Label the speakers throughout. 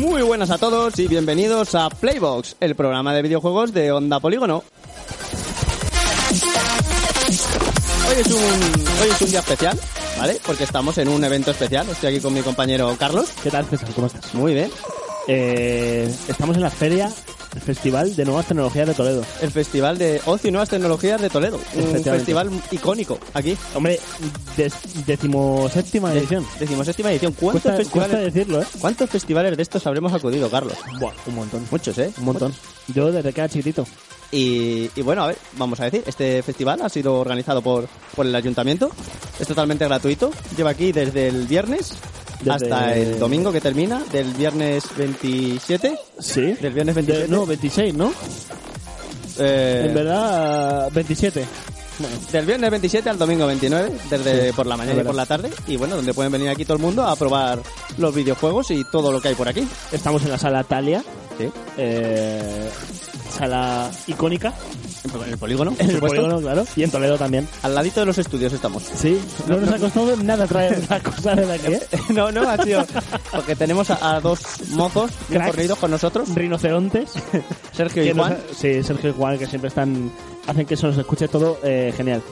Speaker 1: Muy buenas a todos y bienvenidos a Playbox, el programa de videojuegos de Onda Polígono. Hoy es un, hoy es un día especial, ¿vale? Porque estamos en un evento especial. Estoy aquí con mi compañero Carlos.
Speaker 2: ¿Qué tal, César? ¿Cómo estás?
Speaker 1: Muy bien.
Speaker 2: Eh, estamos en la feria, el Festival de Nuevas Tecnologías de Toledo.
Speaker 1: El Festival de Ocio y Nuevas Tecnologías de Toledo. Un
Speaker 2: Efectivamente.
Speaker 1: festival icónico aquí.
Speaker 2: Hombre, des- decimoséptima edición.
Speaker 1: Decimoséptima edición. ¿Cuántos,
Speaker 2: Cuesta,
Speaker 1: festivales,
Speaker 2: cuesta decirlo, ¿eh?
Speaker 1: ¿Cuántos festivales de estos habremos acudido, Carlos?
Speaker 2: Buah, un montón.
Speaker 1: Muchos, ¿eh?
Speaker 2: Un montón. Yo desde que era chiquitito.
Speaker 1: Y, y bueno, a ver, vamos a decir, este festival ha sido organizado por, por el ayuntamiento, es totalmente gratuito, lleva aquí desde el viernes
Speaker 2: Desde-
Speaker 1: hasta el domingo que termina, del viernes 27,
Speaker 2: ¿Sí?
Speaker 1: del viernes 27,
Speaker 2: no, 26, ¿no?
Speaker 1: eh,
Speaker 2: En verdad, 27. Bueno,
Speaker 1: del viernes 27 al domingo 29, desde
Speaker 2: Sí,
Speaker 1: por la mañana y
Speaker 2: es
Speaker 1: por la tarde, y bueno, donde pueden venir aquí todo el mundo a probar los videojuegos y todo lo que hay por aquí.
Speaker 2: estamos en la sala Talia,
Speaker 1: Sí,
Speaker 2: eh, sala icónica.
Speaker 1: en el polígono, por
Speaker 2: En el
Speaker 1: supuesto.
Speaker 2: polígono, claro. Y en Toledo también.
Speaker 1: Al ladito de los estudios estamos.
Speaker 2: Sí, no, nos ha costado nada traer la cosa de la que
Speaker 1: No, no, ha sido porque tenemos a, a dos mozos bien
Speaker 2: Cracks.
Speaker 1: corridos con nosotros,
Speaker 2: Rinocerontes.
Speaker 1: Sergio y
Speaker 2: Que nos-
Speaker 1: Juan.
Speaker 2: sí, Sergio y Juan, que siempre están. hacen que se nos escuche todo eh, genial.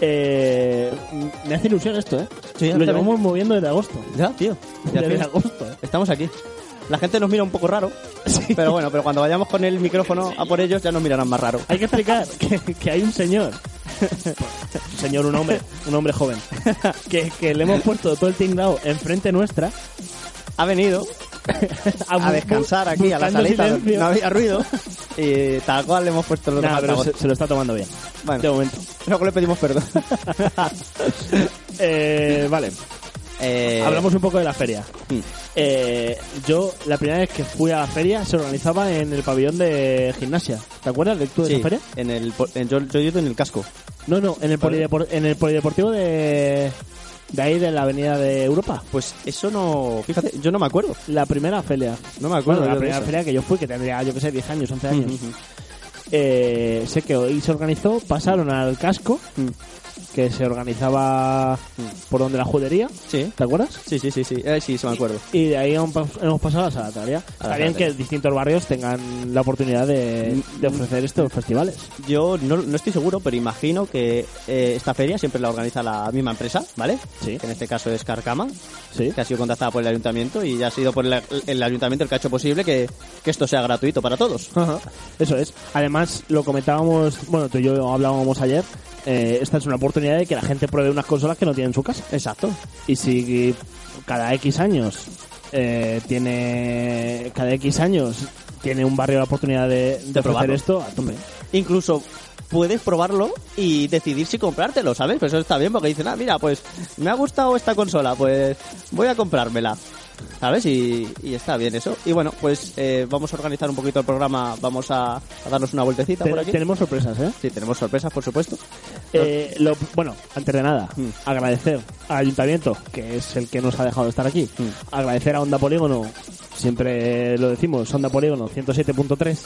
Speaker 2: Eh, me hace ilusión esto, ¿eh?
Speaker 1: Sí, a
Speaker 2: Lo
Speaker 1: mí también.
Speaker 2: llevamos moviendo desde agosto.
Speaker 1: Ya, tío. Ya,
Speaker 2: desde
Speaker 1: tío.
Speaker 2: agosto, ¿eh?
Speaker 1: Estamos aquí. La gente nos mira un poco raro, pero bueno, pero cuando vayamos con el micrófono a por ellos ya nos mirarán más raro.
Speaker 2: Hay que explicar que, que hay un señor. Un señor, un hombre, un hombre joven. Que, que le hemos puesto todo el tinglao enfrente nuestra.
Speaker 1: Ha venido
Speaker 2: A,
Speaker 1: a
Speaker 2: bu-
Speaker 1: descansar aquí a la
Speaker 2: buscando
Speaker 1: salita,
Speaker 2: silencio.
Speaker 1: no había ruido y tal cual le hemos puesto los
Speaker 2: Nah,
Speaker 1: dos
Speaker 2: pero se,
Speaker 1: altavoces.
Speaker 2: se lo está tomando bien. De
Speaker 1: Bueno,
Speaker 2: momento.
Speaker 1: luego le pedimos perdón.
Speaker 2: Eh, vale.
Speaker 1: Eh,
Speaker 2: Hablamos un poco de la feria.
Speaker 1: mm,
Speaker 2: Eh, yo, la primera vez que fui a la feria, se organizaba en el pabellón de gimnasia. ¿Te acuerdas de tú de
Speaker 1: sí,
Speaker 2: esa feria?
Speaker 1: en el po- en- yo, yo he ido en el casco.
Speaker 2: No, no, en el,
Speaker 1: Vale.
Speaker 2: polidepor- en el polideportivo de, de ahí, de la avenida de Europa.
Speaker 1: Pues eso no, fíjate, yo no me acuerdo.
Speaker 2: La primera feria.
Speaker 1: No me
Speaker 2: Bueno,
Speaker 1: acuerdo. yo
Speaker 2: la
Speaker 1: de
Speaker 2: primera
Speaker 1: eso. Mm,
Speaker 2: feria que yo fui, que tendría, yo que sé, 10 años, 11 años.
Speaker 1: Ujú,
Speaker 2: Eh, sé que hoy se organizó, pasaron al casco,
Speaker 1: ujú, mm.
Speaker 2: que se organizaba por donde la judería,
Speaker 1: Sí,
Speaker 2: ¿te acuerdas?
Speaker 1: sí, sí, sí, sí, eh, sí, sí me acuerdo.
Speaker 2: Y de ahí hemos pas- hemos pasado a la sala Talia.
Speaker 1: sala
Speaker 2: Está bien
Speaker 1: Talia.
Speaker 2: que distintos barrios tengan la oportunidad de, de ofrecer estos festivales.
Speaker 1: Yo no, no estoy seguro, pero imagino que eh, esta feria siempre la organiza la misma empresa, ¿vale?
Speaker 2: Sí.
Speaker 1: Que en este caso es Carcama,
Speaker 2: Sí.
Speaker 1: que ha sido contactada por el ayuntamiento y ya ha sido por el, el ayuntamiento el que ha hecho posible que, que esto sea gratuito para todos.
Speaker 2: Eso es. Además, lo comentábamos, bueno, tú y yo hablábamos ayer. eh, esta es una oportunidad de que la gente pruebe unas consolas que no tiene en su casa.
Speaker 1: Exacto.
Speaker 2: Y si cada X años eh, tiene. Cada X años tiene un barrio la oportunidad de, de ofrecer
Speaker 1: probarlo.
Speaker 2: esto, a tope.
Speaker 1: Incluso puedes probarlo y decidir si comprártelo, ¿sabes? Pues eso está bien porque dicen, ah, mira, pues me ha gustado esta consola, pues voy a comprármela. ¿Sabes? Y, y está bien eso. Y bueno, pues eh, vamos a organizar un poquito el programa, vamos a, a darnos una vueltecita por
Speaker 2: Te-
Speaker 1: aquí.
Speaker 2: tenemos sorpresas, ¿eh?
Speaker 1: Sí, tenemos sorpresas, por supuesto.
Speaker 2: Eh, lo- bueno, antes de nada,
Speaker 1: Mm.
Speaker 2: agradecer al ayuntamiento, que es el que nos ha dejado estar aquí.
Speaker 1: Mm.
Speaker 2: Agradecer a Onda Polígono, siempre lo decimos, Onda Polígono 107.3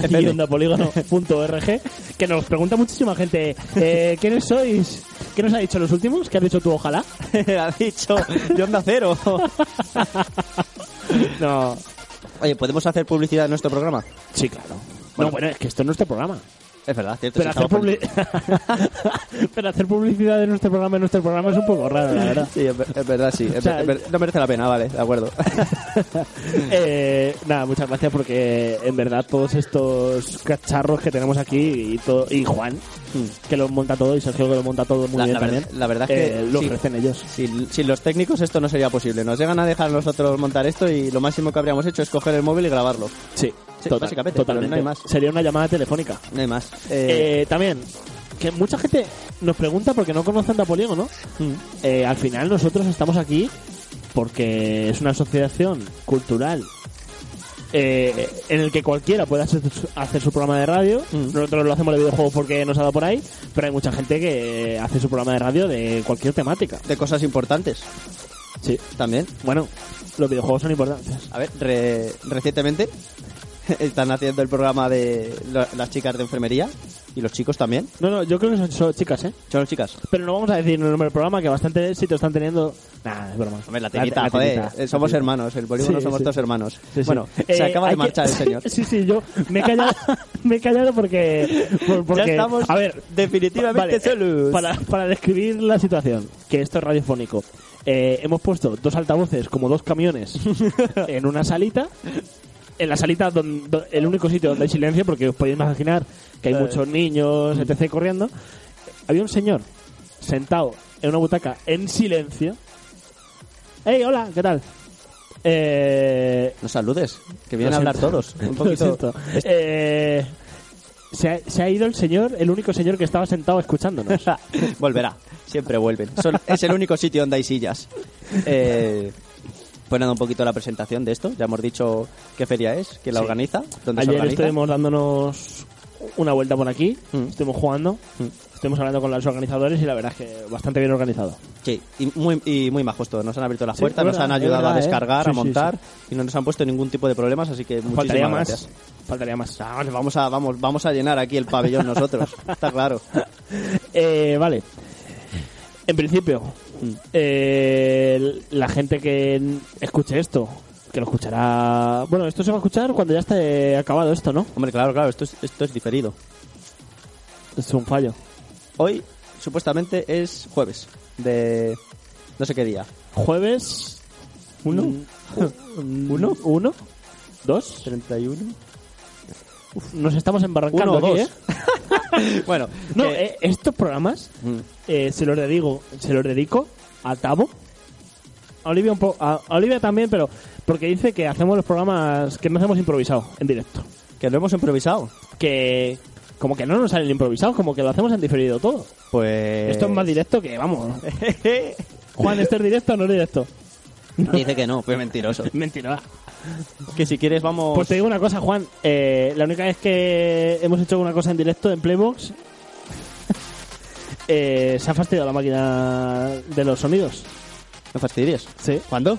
Speaker 2: y
Speaker 1: FM.
Speaker 2: ondapolígono.org, que nos pregunta muchísima gente, eh, ¿quiénes sois? ¿Qué nos ha dicho los últimos? ¿Qué has dicho tú, ojalá?
Speaker 1: ha dicho yo Onda Cero.
Speaker 2: No,
Speaker 1: Oye, ¿podemos hacer publicidad en nuestro programa?
Speaker 2: sí, claro.
Speaker 1: Bueno.
Speaker 2: no, bueno, es que esto es nuestro programa.
Speaker 1: Es verdad, cierto.
Speaker 2: Pero
Speaker 1: sí,
Speaker 2: hacer,
Speaker 1: estamos
Speaker 2: publi- Pero hacer publicidad de nuestro programa en nuestro programa es un poco raro, la verdad.
Speaker 1: poniendo- Sí, es, ver- es verdad, sí. es
Speaker 2: O sea,
Speaker 1: ver- es ver- no merece la pena, vale, de acuerdo.
Speaker 2: Eh, nada, muchas gracias porque en verdad todos estos cacharros que tenemos aquí y, todo, y Juan, que lo monta todo, y Sergio que lo monta todo muy
Speaker 1: La-
Speaker 2: bien
Speaker 1: la
Speaker 2: también,
Speaker 1: verdad- la verdad es que
Speaker 2: eh, lo
Speaker 1: sí.
Speaker 2: ofrecen ellos.
Speaker 1: Sin, sin los técnicos esto no sería posible. Nos llegan a dejar nosotros montar esto y lo máximo que habríamos hecho es coger el móvil y grabarlo.
Speaker 2: Sí,
Speaker 1: Sí,
Speaker 2: total-
Speaker 1: básicamente,
Speaker 2: totalmente.
Speaker 1: pero no hay más.
Speaker 2: Sería una llamada telefónica.
Speaker 1: No hay más. Eh,
Speaker 2: Eh, también, que mucha gente nos pregunta porque no conocen a Polígono.
Speaker 1: mm,
Speaker 2: Eh, al final nosotros estamos aquí porque es una asociación cultural eh, en el que cualquiera puede hacer, su- hacer su programa de radio.
Speaker 1: Mm.
Speaker 2: Nosotros lo hacemos de videojuegos porque nos ha dado por ahí, pero hay mucha gente que hace su programa de radio de cualquier temática.
Speaker 1: de cosas importantes
Speaker 2: Sí.
Speaker 1: también.
Speaker 2: Bueno, los videojuegos son importantes.
Speaker 1: A ver, re- recientemente están haciendo el programa de lo- las chicas de enfermería ¿Y los chicos también?
Speaker 2: No, no, yo creo que son solo chicas, ¿eh?
Speaker 1: Solo chicas.
Speaker 2: Pero no vamos a decir el nombre del programa, que bastante éxito están teniendo. Nah, es broma.
Speaker 1: Hombre, la
Speaker 2: te-
Speaker 1: tequita,
Speaker 2: la
Speaker 1: joder.
Speaker 2: tequita,
Speaker 1: eh,
Speaker 2: la
Speaker 1: somos
Speaker 2: tequita.
Speaker 1: hermanos, el polígono
Speaker 2: Sí,
Speaker 1: somos
Speaker 2: sí.
Speaker 1: dos hermanos.
Speaker 2: Sí, sí.
Speaker 1: Bueno,
Speaker 2: Eh,
Speaker 1: se acaba
Speaker 2: hay
Speaker 1: de
Speaker 2: que-
Speaker 1: marchar el señor.
Speaker 2: sí, sí, yo me he callado, me he callado porque, por- porque.
Speaker 1: ya estamos
Speaker 2: A ver,
Speaker 1: definitivamente
Speaker 2: Vale, eh,
Speaker 1: solos.
Speaker 2: Para, para describir la situación, que esto es radiofónico, eh, hemos puesto dos altavoces como dos camiones en una salita. En la salita, don- do- el único sitio donde hay silencio, porque os podéis imaginar que hay
Speaker 1: Eh.
Speaker 2: muchos niños, etc. corriendo. Había un señor sentado en una butaca en silencio. ¡Hey, hola! ¿Qué tal? Eh,
Speaker 1: No saludes, que vienen
Speaker 2: lo
Speaker 1: a hablar
Speaker 2: siento.
Speaker 1: todos. Un
Speaker 2: Lo
Speaker 1: poquito.
Speaker 2: siento. Eh, se, ha, se ha ido el señor, el único señor que estaba sentado escuchándonos.
Speaker 1: Volverá, siempre vuelven. Son- es el único sitio donde hay sillas. Eh, pues nada, un poquito la presentación de esto. Ya hemos dicho qué feria es, quién la
Speaker 2: Sí.
Speaker 1: organiza, dónde se
Speaker 2: Ayer
Speaker 1: organiza.
Speaker 2: estuvimos dándonos una vuelta por aquí,
Speaker 1: Mm.
Speaker 2: estuvimos jugando, estuvimos hablando con los organizadores y la verdad es que bastante bien organizado.
Speaker 1: Sí, y muy, y muy majos todos. Nos han abierto las
Speaker 2: Sí,
Speaker 1: puertas,
Speaker 2: es
Speaker 1: nos han
Speaker 2: verdad, es
Speaker 1: ayudado a
Speaker 2: verdad, ¿eh?
Speaker 1: descargar,
Speaker 2: Sí,
Speaker 1: a
Speaker 2: sí,
Speaker 1: montar y no nos han puesto ningún tipo de problemas, así que muchísimas
Speaker 2: Faltaría más.
Speaker 1: gracias.
Speaker 2: Faltaría más.
Speaker 1: Vamos, Ah, vamos a, vamos, vamos a llenar aquí el pabellón nosotros, está claro.
Speaker 2: Eh, vale. En principio, eh, la gente que n- escuche esto, que lo escuchará... Bueno, esto se va a escuchar cuando ya esté acabado esto, ¿no?
Speaker 1: Hombre, claro, claro, esto es, esto es diferido.
Speaker 2: Es un fallo.
Speaker 1: Hoy, supuestamente, es jueves de no sé qué día.
Speaker 2: Jueves. ¿Uno? ¿Uno? ¿Uno? ¿Dos?
Speaker 1: 31.
Speaker 2: Nos estamos embarrancando
Speaker 1: Uno o
Speaker 2: aquí,
Speaker 1: dos.
Speaker 2: ¿eh?
Speaker 1: Bueno,
Speaker 2: No,
Speaker 1: que-
Speaker 2: eh, estos programas
Speaker 1: Mm.
Speaker 2: eh, se, los dedico, se los dedico a Tavo. A Olivia, un po- a a Olivia también, pero porque dice que hacemos los programas que no hacemos improvisado en directo.
Speaker 1: que lo hemos improvisado.
Speaker 2: Que como que no nos salen improvisados, como que lo hacemos en diferido todo.
Speaker 1: Pues.
Speaker 2: Esto es más directo que, vamos. Juan, ¿esto es directo o no es directo?
Speaker 1: Dice que no, pues mentiroso.
Speaker 2: Mentira.
Speaker 1: Que si quieres, vamos.
Speaker 2: Pues te digo una cosa, Juan. eh, la única vez que hemos hecho una cosa en directo en Playbox, eh, se ha fastidiado la máquina de los sonidos.
Speaker 1: No fastidies.
Speaker 2: Sí.
Speaker 1: ¿Cuándo?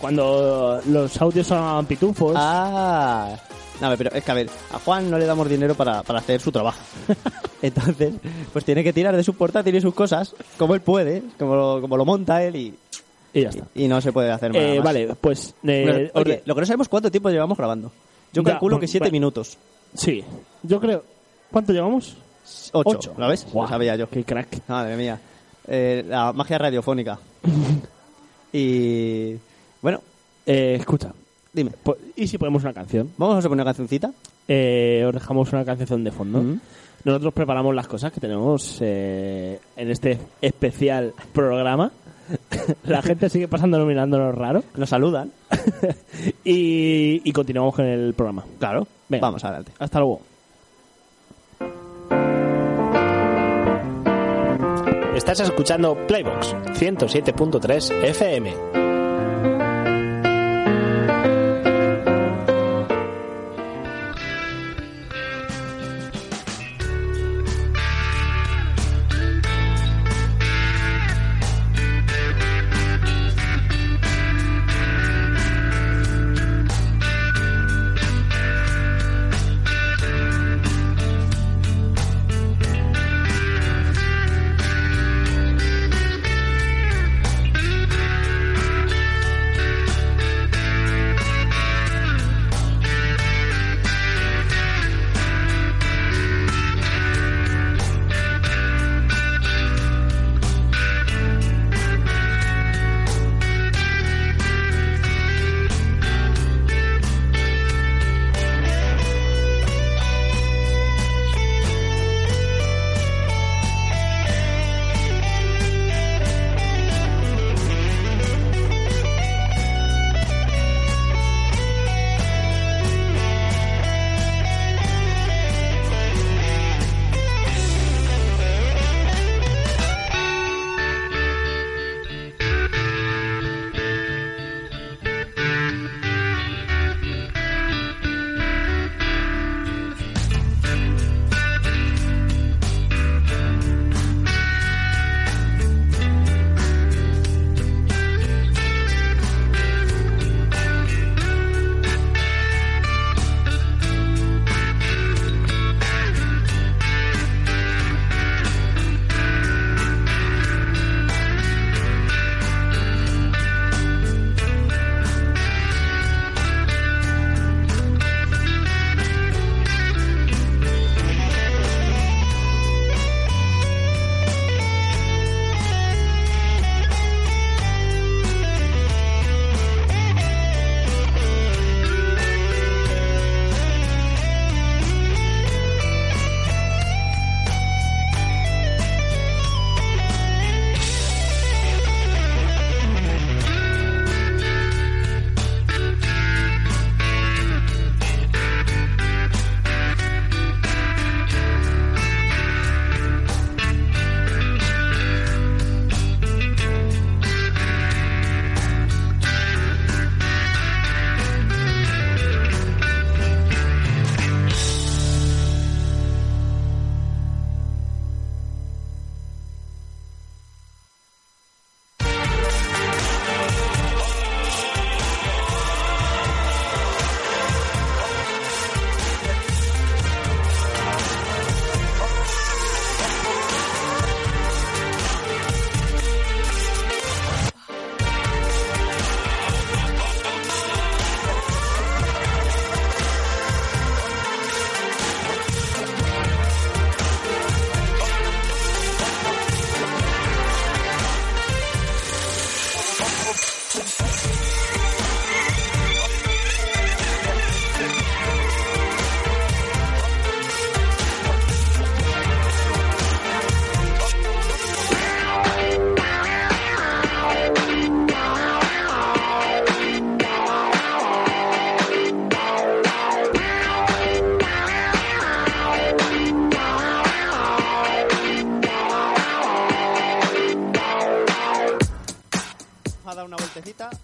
Speaker 2: Cuando los audios sonaban pitufos.
Speaker 1: Ah. No, pero es que a ver, a Juan no le damos dinero para, para hacer su trabajo. Entonces, pues tiene que tirar de su portátil y sus cosas, como él puede, como lo, como lo monta él y,
Speaker 2: Y ya está.
Speaker 1: y no se puede hacer nada
Speaker 2: Eh,
Speaker 1: más.
Speaker 2: vale, pues. eh,
Speaker 1: Bueno, oye,
Speaker 2: orde-
Speaker 1: lo que no sabemos cuánto tiempo llevamos grabando. Yo
Speaker 2: Ya, pues,
Speaker 1: calculo
Speaker 2: bueno,
Speaker 1: que siete
Speaker 2: bueno.
Speaker 1: minutos.
Speaker 2: Sí. Yo creo. ¿Cuánto llevamos?
Speaker 1: Ocho. ¿Lo ves?
Speaker 2: Guau,
Speaker 1: Lo sabía yo.
Speaker 2: Qué crack.
Speaker 1: Madre mía. Eh, la magia radiofónica. y. Bueno,
Speaker 2: Eh, escucha.
Speaker 1: dime.
Speaker 2: po- ¿Y si ponemos una canción?
Speaker 1: ¿Vamos a poner una cancioncita?
Speaker 2: Eh, os dejamos una canción de fondo.
Speaker 1: Ujú.
Speaker 2: Nosotros preparamos las cosas que tenemos eh, en este especial programa. La gente sigue pasándonos mirándonos raro.
Speaker 1: Nos saludan.
Speaker 2: Y, y continuamos con el programa.
Speaker 1: Claro.
Speaker 2: Venga.
Speaker 1: Vamos adelante.
Speaker 2: Hasta luego.
Speaker 3: Estás escuchando Playbox 107.3 FM.
Speaker 4: Thank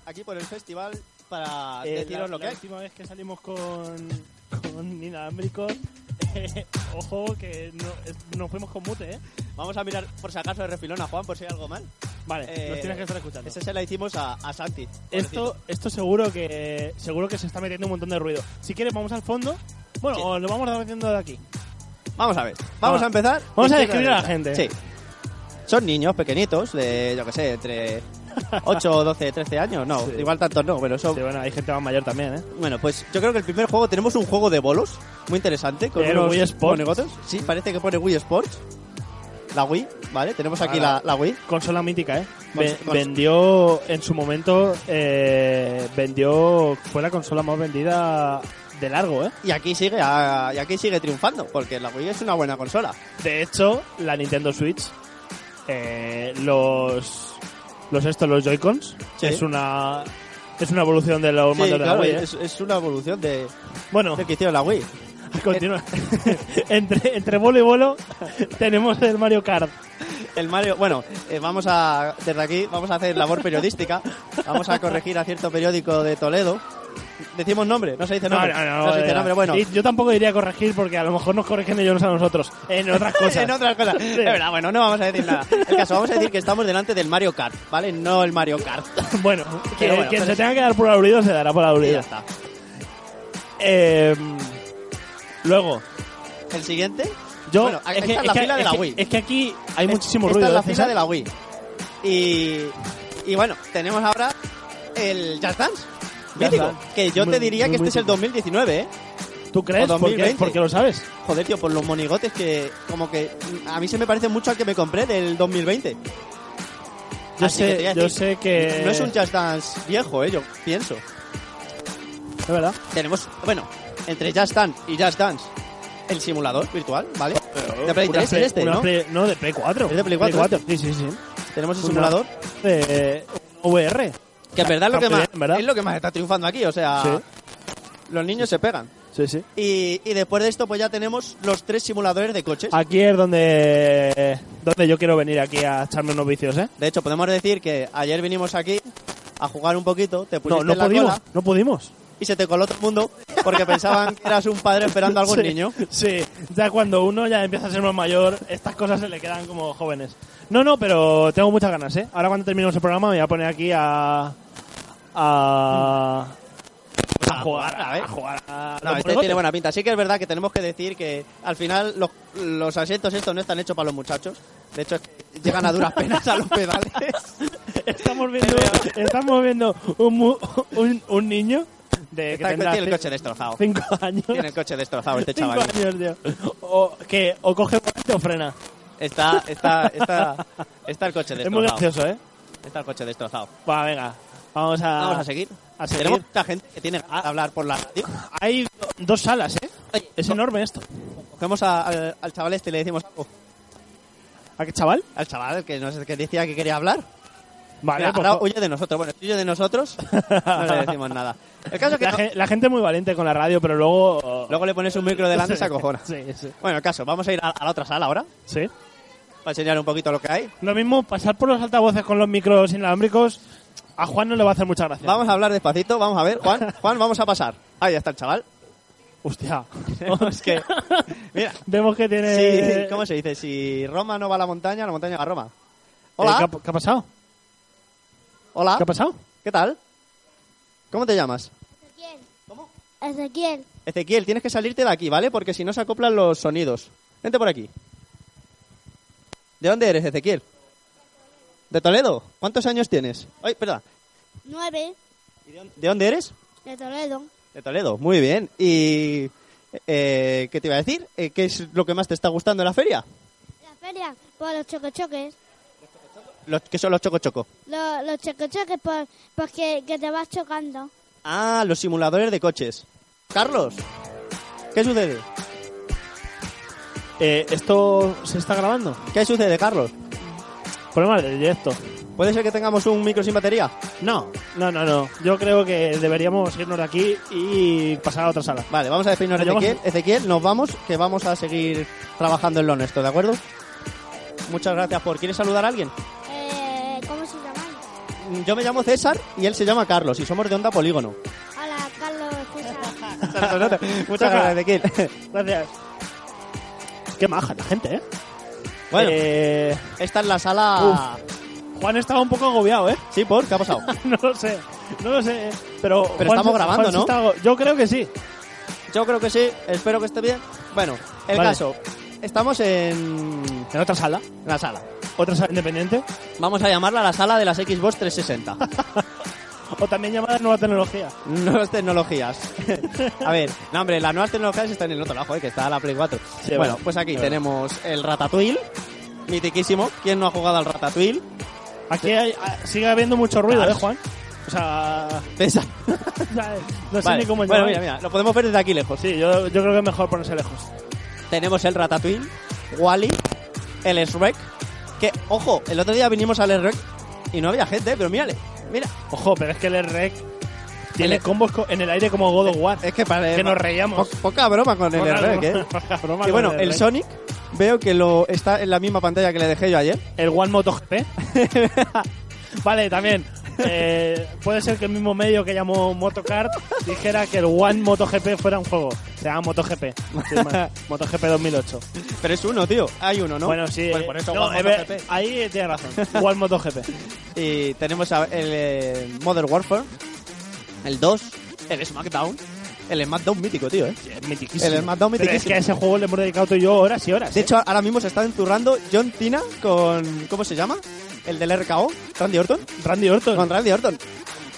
Speaker 1: aquí por el festival para
Speaker 5: Eh,
Speaker 1: deciros
Speaker 2: la,
Speaker 1: lo que
Speaker 2: la
Speaker 1: hay.
Speaker 2: última vez que salimos con, con inalámbricos, eh, ojo que no, eh, nos fuimos con mute, ¿eh?
Speaker 1: Vamos a mirar por si acaso de refilón a Juan por si hay algo mal.
Speaker 2: Vale,
Speaker 1: Eh,
Speaker 2: nos tienes que estar escuchando.
Speaker 1: Esa se la hicimos a, a Santi.
Speaker 2: Esto,
Speaker 1: pobrecito.
Speaker 2: esto seguro que seguro que se está metiendo un montón de ruido. Si quieres, vamos al fondo. Bueno,
Speaker 1: Sí.
Speaker 2: o lo vamos metiendo de aquí.
Speaker 1: Vamos a ver. Vamos
Speaker 2: Va.
Speaker 1: a empezar.
Speaker 2: Vamos
Speaker 1: Izquierda,
Speaker 2: a describir a la
Speaker 1: derecha. Sí.
Speaker 2: gente.
Speaker 1: Son niños pequeñitos de, yo que sé, entre 8, 12, 13 años. No,
Speaker 2: Sí.
Speaker 1: igual tantos no, pero son...
Speaker 2: Sí, bueno, hay gente más mayor también, ¿eh?
Speaker 1: Bueno, pues yo creo que el primer juego tenemos un juego de bolos muy interesante con
Speaker 2: Eh, El
Speaker 1: unos
Speaker 2: Wii Sports.
Speaker 1: monigotes. Sí, parece que pone Wii Sports. La Wii, ¿vale? Tenemos aquí la,
Speaker 2: Ah.
Speaker 1: la Wii.
Speaker 2: Consola mítica, ¿eh? Ve-
Speaker 1: Cons- cons-
Speaker 2: vendió en su momento, eh, vendió, fue la consola más vendida de largo, ¿eh?
Speaker 1: Y aquí sigue ah, y aquí sigue triunfando, porque la Wii es una buena consola.
Speaker 2: De hecho, la Nintendo Switch, eh, los, los estos, los Joy-Cons,
Speaker 1: Sí.
Speaker 2: es una es una evolución de los
Speaker 1: Sí,
Speaker 2: mandos
Speaker 1: claro,
Speaker 2: de la Wii. ¿eh? Oh.
Speaker 1: es, es una evolución de,
Speaker 2: Bueno,
Speaker 1: del que hicieron la Wii.
Speaker 2: continúa. entre, entre bolo y bolo tenemos el Mario Kart.
Speaker 1: El Mario, bueno, eh, vamos a desde aquí vamos a hacer labor periodística. Vamos a corregir a cierto periódico de Toledo. Decimos nombre, no se dice nombre. se dice
Speaker 2: eh,
Speaker 1: nombre, bueno.
Speaker 2: y yo tampoco diría corregir porque a lo mejor nos corrigen ellos a nosotros en otras cosas.
Speaker 1: pues en otras cosas. Es verdad, bueno, no vamos a decir nada. El caso, vamos a decir que estamos delante del Mario Kart, ¿vale? No el Mario Kart.
Speaker 2: Bueno, que,
Speaker 1: Pero bueno,
Speaker 2: quien
Speaker 1: pero
Speaker 2: se
Speaker 1: sí.
Speaker 2: tenga que dar por aludido se dará por
Speaker 1: Y ya
Speaker 2: aludido.
Speaker 1: está.
Speaker 2: Eh, luego,
Speaker 1: El siguiente.
Speaker 2: yo.
Speaker 1: Bueno,
Speaker 2: es
Speaker 1: esta
Speaker 2: que,
Speaker 1: es la
Speaker 2: que-
Speaker 1: fila de la
Speaker 2: que-
Speaker 1: Wii.
Speaker 2: es que aquí hay
Speaker 1: Es-
Speaker 2: muchísimo
Speaker 1: esta
Speaker 2: ruido.
Speaker 1: es la
Speaker 2: ¿eh,
Speaker 1: fila
Speaker 2: César?
Speaker 1: de la Wii. Y, y bueno, tenemos ahora el Just Dance. Mítico.
Speaker 2: Dance.
Speaker 1: Que yo
Speaker 2: Muy-
Speaker 1: te diría
Speaker 2: muy
Speaker 1: que este es el
Speaker 2: mítico.
Speaker 1: 2019, ¿eh?
Speaker 2: ¿Tú crees?
Speaker 1: o
Speaker 2: ¿Por qué?
Speaker 1: 2020.
Speaker 2: Porque lo sabes.
Speaker 1: Joder, tío, por los monigotes que como que mm, a mí se me parece mucho al que me compré del 2020.
Speaker 2: Yo
Speaker 1: Así Ah, que te voy
Speaker 2: sé,
Speaker 1: a
Speaker 2: yo
Speaker 1: decir,
Speaker 2: sé que.
Speaker 1: No es un Just Dance viejo, eh, yo pienso.
Speaker 2: Es verdad.
Speaker 1: Tenemos, bueno, entre Just Dance y Just Dance, el simulador virtual, ¿vale. De Play
Speaker 2: Una
Speaker 1: 3
Speaker 2: Play-
Speaker 1: es este,
Speaker 2: una
Speaker 1: ¿no?
Speaker 2: Play- no, de Play 4.
Speaker 1: Es de Play 4,
Speaker 2: Sí, sí, sí.
Speaker 1: Tenemos el
Speaker 2: Una-
Speaker 1: simulador.
Speaker 2: Eh, VR.
Speaker 1: Que en verdad, es lo que
Speaker 2: Está muy
Speaker 1: más,
Speaker 2: bien, ¿verdad?
Speaker 1: es lo que más está triunfando aquí, o sea, los niños se pegan.
Speaker 2: Sí, sí.
Speaker 1: Y, y después de esto, pues ya tenemos los tres simuladores de coches.
Speaker 2: Aquí es donde, donde yo quiero venir aquí a echarme unos vicios, ¿eh?
Speaker 1: De hecho, podemos decir que ayer vinimos aquí a jugar un poquito, te
Speaker 2: No,
Speaker 1: pusiste
Speaker 2: no
Speaker 1: en la
Speaker 2: pudimos,
Speaker 1: cola
Speaker 2: no pudimos.
Speaker 1: y se te coló todo el mundo porque pensaban que eras un padre esperando a algún
Speaker 2: Sí,
Speaker 1: niño.
Speaker 2: Sí, ya cuando uno ya empieza a ser más mayor, estas cosas se le quedan como jóvenes. No, no, pero tengo muchas ganas, ¿eh? Ahora cuando terminemos el programa me voy a poner aquí a... a... pues a jugar,
Speaker 1: a ver.
Speaker 2: a jugar. a
Speaker 1: No,
Speaker 2: los
Speaker 1: este
Speaker 2: monigotes.
Speaker 1: tiene buena pinta. Sí que es verdad que tenemos que decir que al final los, los asientos estos no están hechos para los muchachos. De hecho, es que llegan a duras penas a los pedales.
Speaker 2: Estamos viendo, estamos viendo un, mu- un, un niño de que
Speaker 1: Está-
Speaker 2: tendrá
Speaker 1: tiene el
Speaker 2: cin-
Speaker 1: coche destrozado.
Speaker 2: cinco años.
Speaker 1: Oh. Tiene el coche destrozado este
Speaker 2: Cinco
Speaker 1: chaval.
Speaker 2: años, tío. O, que, o coge volante o frena.
Speaker 1: Está, está, está, está el coche
Speaker 2: Es muy
Speaker 1: destrozado.
Speaker 2: gracioso, Ah. ¿eh?
Speaker 1: Está el coche destrozado.
Speaker 2: Va, venga. Vamos a...
Speaker 1: Vamos a seguir.
Speaker 2: a seguir.
Speaker 1: Tenemos mucha gente que tiene ganas de hablar por la radio.
Speaker 2: Hay do- dos salas, ¿eh?
Speaker 1: Oye,
Speaker 2: Es enorme esto.
Speaker 1: Cogemos a- al, al chaval este y le decimos algo.
Speaker 2: ¿A qué chaval?
Speaker 1: Al chaval que nos que decía que quería hablar.
Speaker 2: Vale,
Speaker 1: Mira,
Speaker 2: pues
Speaker 1: ahora
Speaker 2: jo-
Speaker 1: huye de nosotros. Bueno, si huye de nosotros, no le decimos nada. El caso es que
Speaker 2: la,
Speaker 1: no-
Speaker 2: gen- la gente es muy valiente con la radio, pero luego...
Speaker 1: luego le pones un micro delante y se acojona.
Speaker 2: Sí, sí.
Speaker 1: Bueno, el caso, vamos a ir a, a la otra sala ahora
Speaker 2: Sí.
Speaker 1: para enseñar un poquito lo que hay.
Speaker 2: Lo mismo, pasar por los altavoces con los micros inalámbricos, a Juan no le va a hacer mucha gracia.
Speaker 1: Vamos a hablar despacito, vamos a ver. Juan, Juan, vamos a pasar. Ahí está el chaval.
Speaker 2: Hostia.
Speaker 1: Es que, mira,
Speaker 2: Vemos que tiene...
Speaker 1: si- ¿cómo se dice? Si Roma no va a la montaña, la montaña va a Roma.
Speaker 2: Eh, ¿qué,
Speaker 1: Hola, ¿Ah?
Speaker 2: ha, qué ha pasado?
Speaker 1: hola,
Speaker 2: ¿Qué ha pasado?
Speaker 1: ¿qué tal? ¿Cómo te llamas?
Speaker 6: Ezequiel.
Speaker 1: ¿Cómo?
Speaker 6: Ezequiel.
Speaker 1: Ezequiel, tienes que salirte de aquí, ¿vale? Porque si no se acoplan los sonidos. Vente por aquí. ¿De dónde eres, Ezequiel? ¿De Toledo? ¿Cuántos años tienes? Ay, perdón.
Speaker 6: 9
Speaker 1: ¿De dónde eres?
Speaker 6: de Toledo.
Speaker 1: De Toledo, muy bien. ¿Y eh, qué te iba a decir? Eh, ¿Qué es lo que más te está gustando en la feria?
Speaker 6: La feria por los chocochoques.
Speaker 1: Los, ¿Qué son los choco choco?
Speaker 6: Los, los chocochoques por, porque que te vas chocando.
Speaker 1: Ah, los simuladores de coches. Carlos, ¿qué sucede?
Speaker 2: Eh, ¿Esto se está grabando?
Speaker 1: ¿Qué sucede, Carlos?
Speaker 2: Problemas de directo.
Speaker 1: ¿Puede ser que tengamos un micro sin batería?
Speaker 2: No, no, no, no. Yo creo que deberíamos irnos de aquí y pasar a otra sala.
Speaker 1: Vale, vamos a despedirnos de
Speaker 2: Nos
Speaker 1: Ezequiel.
Speaker 2: llevamos-
Speaker 1: Ezequiel, nos vamos, que vamos a seguir trabajando en lo nuestro, ¿de acuerdo? Muchas gracias por... ¿Quieres saludar a alguien?
Speaker 6: Eh, ¿Cómo se llaman?
Speaker 1: Mm, yo me llamo César y él se llama Carlos y somos de Onda Polígono.
Speaker 6: Hola, Carlos César.
Speaker 1: Muchas gracias, Ezequiel.
Speaker 2: Gracias. Qué maja la gente, ¿eh?
Speaker 1: Bueno,
Speaker 2: Eh,
Speaker 1: esta es la sala...
Speaker 2: Juan estaba un poco agobiado, ¿eh?
Speaker 1: Sí, ¿por? ¿Qué ha pasado?
Speaker 2: No lo sé, no lo sé. ¿eh? Pero,
Speaker 1: Pero estamos grabando,
Speaker 2: sí
Speaker 1: ¿no?
Speaker 2: está ago- yo creo que sí.
Speaker 1: Yo creo que sí, espero que esté bien. Bueno, el
Speaker 2: Vale.
Speaker 1: caso, estamos en
Speaker 2: En otra sala,
Speaker 1: la sala.
Speaker 2: otra sala independiente,
Speaker 1: Vamos a llamarla la sala de las Xbox 360.
Speaker 2: o también llamada nueva tecnología.
Speaker 1: Nuevas tecnologías. a ver, no, hombre, las nuevas tecnologías están en el otro lado, joder, que está la Play 4.
Speaker 2: Sí,
Speaker 1: bueno,
Speaker 2: vale.
Speaker 1: pues aquí
Speaker 2: Vale.
Speaker 1: tenemos el Ratatouille, mitiquísimo. ¿Quién no ha jugado al Ratatouille?
Speaker 2: Aquí hay- ah, sigue habiendo mucho ruido, ¿eh, Juan? O sea,
Speaker 1: Esa.
Speaker 2: no sé
Speaker 1: Vale.
Speaker 2: ni cómo
Speaker 1: Bueno,
Speaker 2: llamar.
Speaker 1: mira, mira, lo podemos ver desde aquí lejos.
Speaker 2: Sí, yo, yo creo que es mejor ponerse lejos.
Speaker 1: Tenemos el Ratatouille, Wally, el Shrek, que, ojo, el otro día vinimos al Shrek y no había gente, pero mírale, mira.
Speaker 2: Ojo, pero es que el rec tiene
Speaker 1: El- E
Speaker 2: combos co- en el aire como God of War.
Speaker 1: Es que parece...
Speaker 2: que nos reíamos.
Speaker 1: po- poca broma con el
Speaker 2: Poca
Speaker 1: Shrek,
Speaker 2: broma-
Speaker 1: ¿eh?
Speaker 2: poca broma
Speaker 1: Y
Speaker 2: con
Speaker 1: bueno,
Speaker 2: el
Speaker 1: el
Speaker 2: rec.
Speaker 1: Sonic veo que lo está en la misma pantalla que le dejé yo ayer.
Speaker 2: El One MotoGP. vale, también. eh, puede ser que el mismo medio que llamó Motocart dijera que el One MotoGP fuera un juego. Se llama MotoGP. sin más. MotoGP 2008.
Speaker 1: Pero es uno, tío. Hay uno, ¿no?
Speaker 2: Bueno, sí.
Speaker 1: Pues
Speaker 2: eh,
Speaker 1: por eso
Speaker 2: no,
Speaker 1: One
Speaker 2: eh, ve-
Speaker 1: MotoGP.
Speaker 2: Ahí eh, tiene razón. One MotoGP.
Speaker 1: Y tenemos a- el eh, Modern Warfare, el 2, el SmackDown. El SmackDown mítico, tío, ¿eh?
Speaker 2: Es mitiquísimo.
Speaker 1: El SmackDown
Speaker 2: Pero es
Speaker 1: mitiquísimo.
Speaker 2: que a ese juego le hemos dedicado tú y yo horas y horas.
Speaker 1: De
Speaker 2: ¿eh?
Speaker 1: hecho, ahora mismo se está enzurrando John Cena con... ¿Cómo se llama? El del RKO, Randy Orton.
Speaker 2: Randy Orton.
Speaker 1: Con Randy Orton.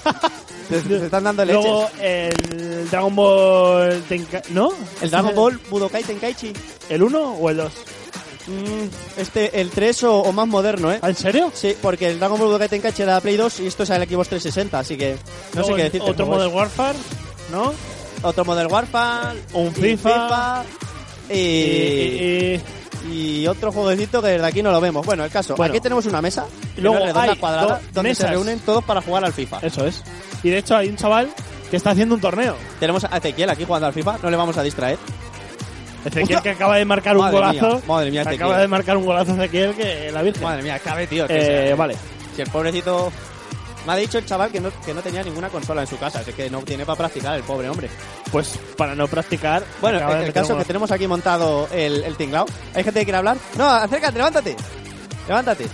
Speaker 1: se, se están dando leches.
Speaker 2: Luego el Dragon Ball. Tenka- ¿No?
Speaker 1: el Dragon Ball Budokai Tenkaichi.
Speaker 2: ¿El 1 o el 2?
Speaker 1: Mm, este, el 3 o, o más moderno, ¿eh?
Speaker 2: ¿Ah, ¿En serio?
Speaker 1: Sí, porque el Dragon Ball Budokai Tenkaichi era de Play 2 y esto es el Xbox 360, así que no sé
Speaker 2: Luego
Speaker 1: qué
Speaker 2: el
Speaker 1: decir.
Speaker 2: Otro Modern Warfare, ¿no?
Speaker 1: Otro Modern Warfare,
Speaker 2: Un
Speaker 1: y
Speaker 2: FIFA.
Speaker 1: FIFA,
Speaker 2: Y-
Speaker 1: y,
Speaker 2: y- y-
Speaker 1: y otro jueguecito que desde aquí no lo vemos. Bueno, el caso,
Speaker 2: Bueno.
Speaker 1: aquí tenemos una mesa
Speaker 2: Y luego
Speaker 1: una redonda
Speaker 2: hay
Speaker 1: cuadrada
Speaker 2: dos
Speaker 1: donde se
Speaker 2: mesas.
Speaker 1: reúnen todos para jugar al FIFA.
Speaker 2: Eso es. Y de hecho hay un chaval que está haciendo un torneo.
Speaker 1: Tenemos a Ezequiel aquí jugando al FIFA, no le vamos a distraer.
Speaker 2: Ezequiel
Speaker 1: Hostia.
Speaker 2: que acaba de marcar un
Speaker 1: Madre
Speaker 2: golazo.
Speaker 1: mía, madre mía, Ezequiel.
Speaker 2: Acaba de marcar un golazo Ezequiel que la Virgen.
Speaker 1: Madre mía, cabe, tío. que
Speaker 2: eh,
Speaker 1: sea-
Speaker 2: vale.
Speaker 1: Si el pobrecito... Me ha dicho el chaval que no, que no tenía ninguna consola en su casa, así que no tiene para practicar el pobre hombre.
Speaker 2: Pues para no practicar.
Speaker 1: Bueno,
Speaker 2: acaba de
Speaker 1: el, el
Speaker 2: meter
Speaker 1: caso
Speaker 2: un
Speaker 1: es que
Speaker 2: golazo.
Speaker 1: tenemos aquí montado el, el tinglao. ¿Hay gente que quiere hablar? No, acércate, levántate. Levántate.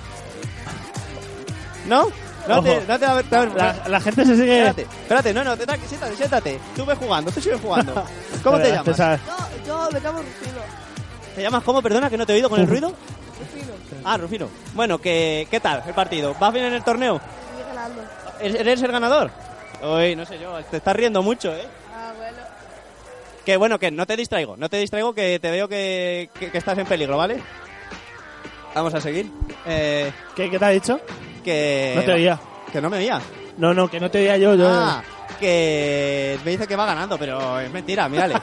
Speaker 1: ¿No? No te,
Speaker 2: Ojo. Eh.
Speaker 1: no te va a ver- te va a ver-
Speaker 2: La, la gente se sigue.
Speaker 1: Espérate, espérate, no, no, te, tra- siéntate, siéntate. Tú ves jugando, tú sigues jugando. ¿Cómo te
Speaker 2: Espera,
Speaker 1: llamas?
Speaker 2: Eh, César.
Speaker 7: Yo, yo me llamo Rufino.
Speaker 1: ¿Te llamas cómo? Perdona, que no te he oído con el ruido.
Speaker 7: Rufino.
Speaker 1: Ah, Rufino. Bueno, ¿qué, ¿qué tal el partido? ¿Vas bien en el torneo?
Speaker 7: Estoy ganando.
Speaker 1: ¿Eres- ¿Eres el ganador? Uy, no sé yo, te estás riendo mucho, ¿eh?
Speaker 7: Ah, bueno.
Speaker 1: Que bueno, que no te distraigo, no te distraigo, que te veo que, que- que estás en peligro, ¿vale? Vamos a seguir. Eh,
Speaker 2: ¿Qué, qué te ha dicho?
Speaker 1: que...
Speaker 2: no te oía.
Speaker 1: Que no me veía.
Speaker 2: No, no, que no te oía yo. yo
Speaker 1: Eh, Ah, que me dice que va ganando, pero es mentira, mírale.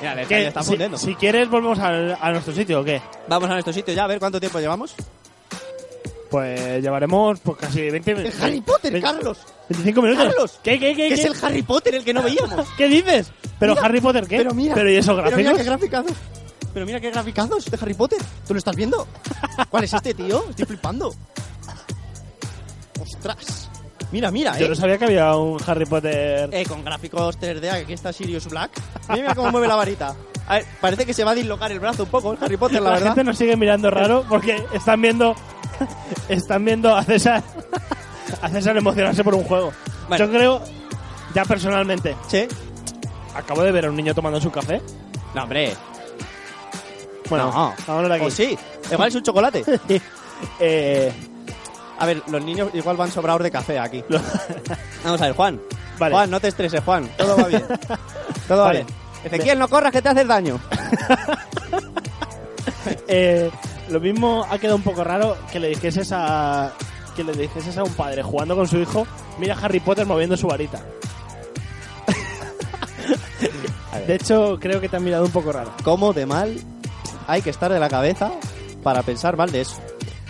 Speaker 1: mírale, está,
Speaker 2: Que
Speaker 1: ya está
Speaker 2: si,
Speaker 1: fundiendo.
Speaker 2: si quieres, volvemos al- a nuestro sitio o qué.
Speaker 1: Vamos a nuestro sitio ya, a ver cuánto tiempo llevamos.
Speaker 2: Pues llevaremos pues, casi 20 minutos.
Speaker 1: Potter,
Speaker 2: Ven-
Speaker 1: Carlos!
Speaker 2: 25 minutos.
Speaker 1: Carlos,
Speaker 2: ¿Qué, qué, qué?
Speaker 1: que
Speaker 2: qué?
Speaker 1: es el Harry Potter el que no veíamos.
Speaker 2: ¿Qué dices? ¿Pero
Speaker 1: Mira,
Speaker 2: Harry Potter qué?
Speaker 1: Pero mira,
Speaker 2: ¿Pero y esos
Speaker 1: Pero mira
Speaker 2: gráficos?
Speaker 1: qué graficados. Pero mira qué graficados de Harry Potter. ¿Tú lo estás viendo? ¿Cuál es este tío? Estoy flipando. ¡Ostras! Mira, mira,
Speaker 2: Yo
Speaker 1: eh.
Speaker 2: no sabía que había un Harry Potter.
Speaker 1: Eh, con gráficos 3D, aquí está Sirius Black. Mira, mira cómo mueve la varita. A ver, parece que se va a dislocar el brazo un poco el Harry Potter, la,
Speaker 2: la
Speaker 1: verdad.
Speaker 2: gente nos sigue mirando raro porque están viendo están viendo a César a César emocionarse por un juego.
Speaker 1: Bueno.
Speaker 2: Yo creo ya personalmente
Speaker 1: Che.
Speaker 2: acabo de ver a un niño tomando su café.
Speaker 1: No, hombre.
Speaker 2: Bueno,
Speaker 1: No.
Speaker 2: vámonos de aquí.
Speaker 1: O sí. Igual es un chocolate.
Speaker 2: Eh,
Speaker 1: A ver, los niños igual van sobrados de café aquí.
Speaker 2: lo-
Speaker 1: Vamos a ver, Juan.
Speaker 2: Vale.
Speaker 1: Juan, no te estreses, Juan. Todo va bien. Todo
Speaker 2: Vale.
Speaker 1: va bien. Ezequiel, no corras que te haces daño.
Speaker 2: eh, lo mismo ha quedado un poco raro que le dijeses a que le dijeses a un padre jugando con su hijo, mira a Harry Potter moviendo su varita. De hecho, creo que te han mirado un poco raro.
Speaker 1: ¿Cómo de mal hay que estar de la cabeza para pensar mal de eso?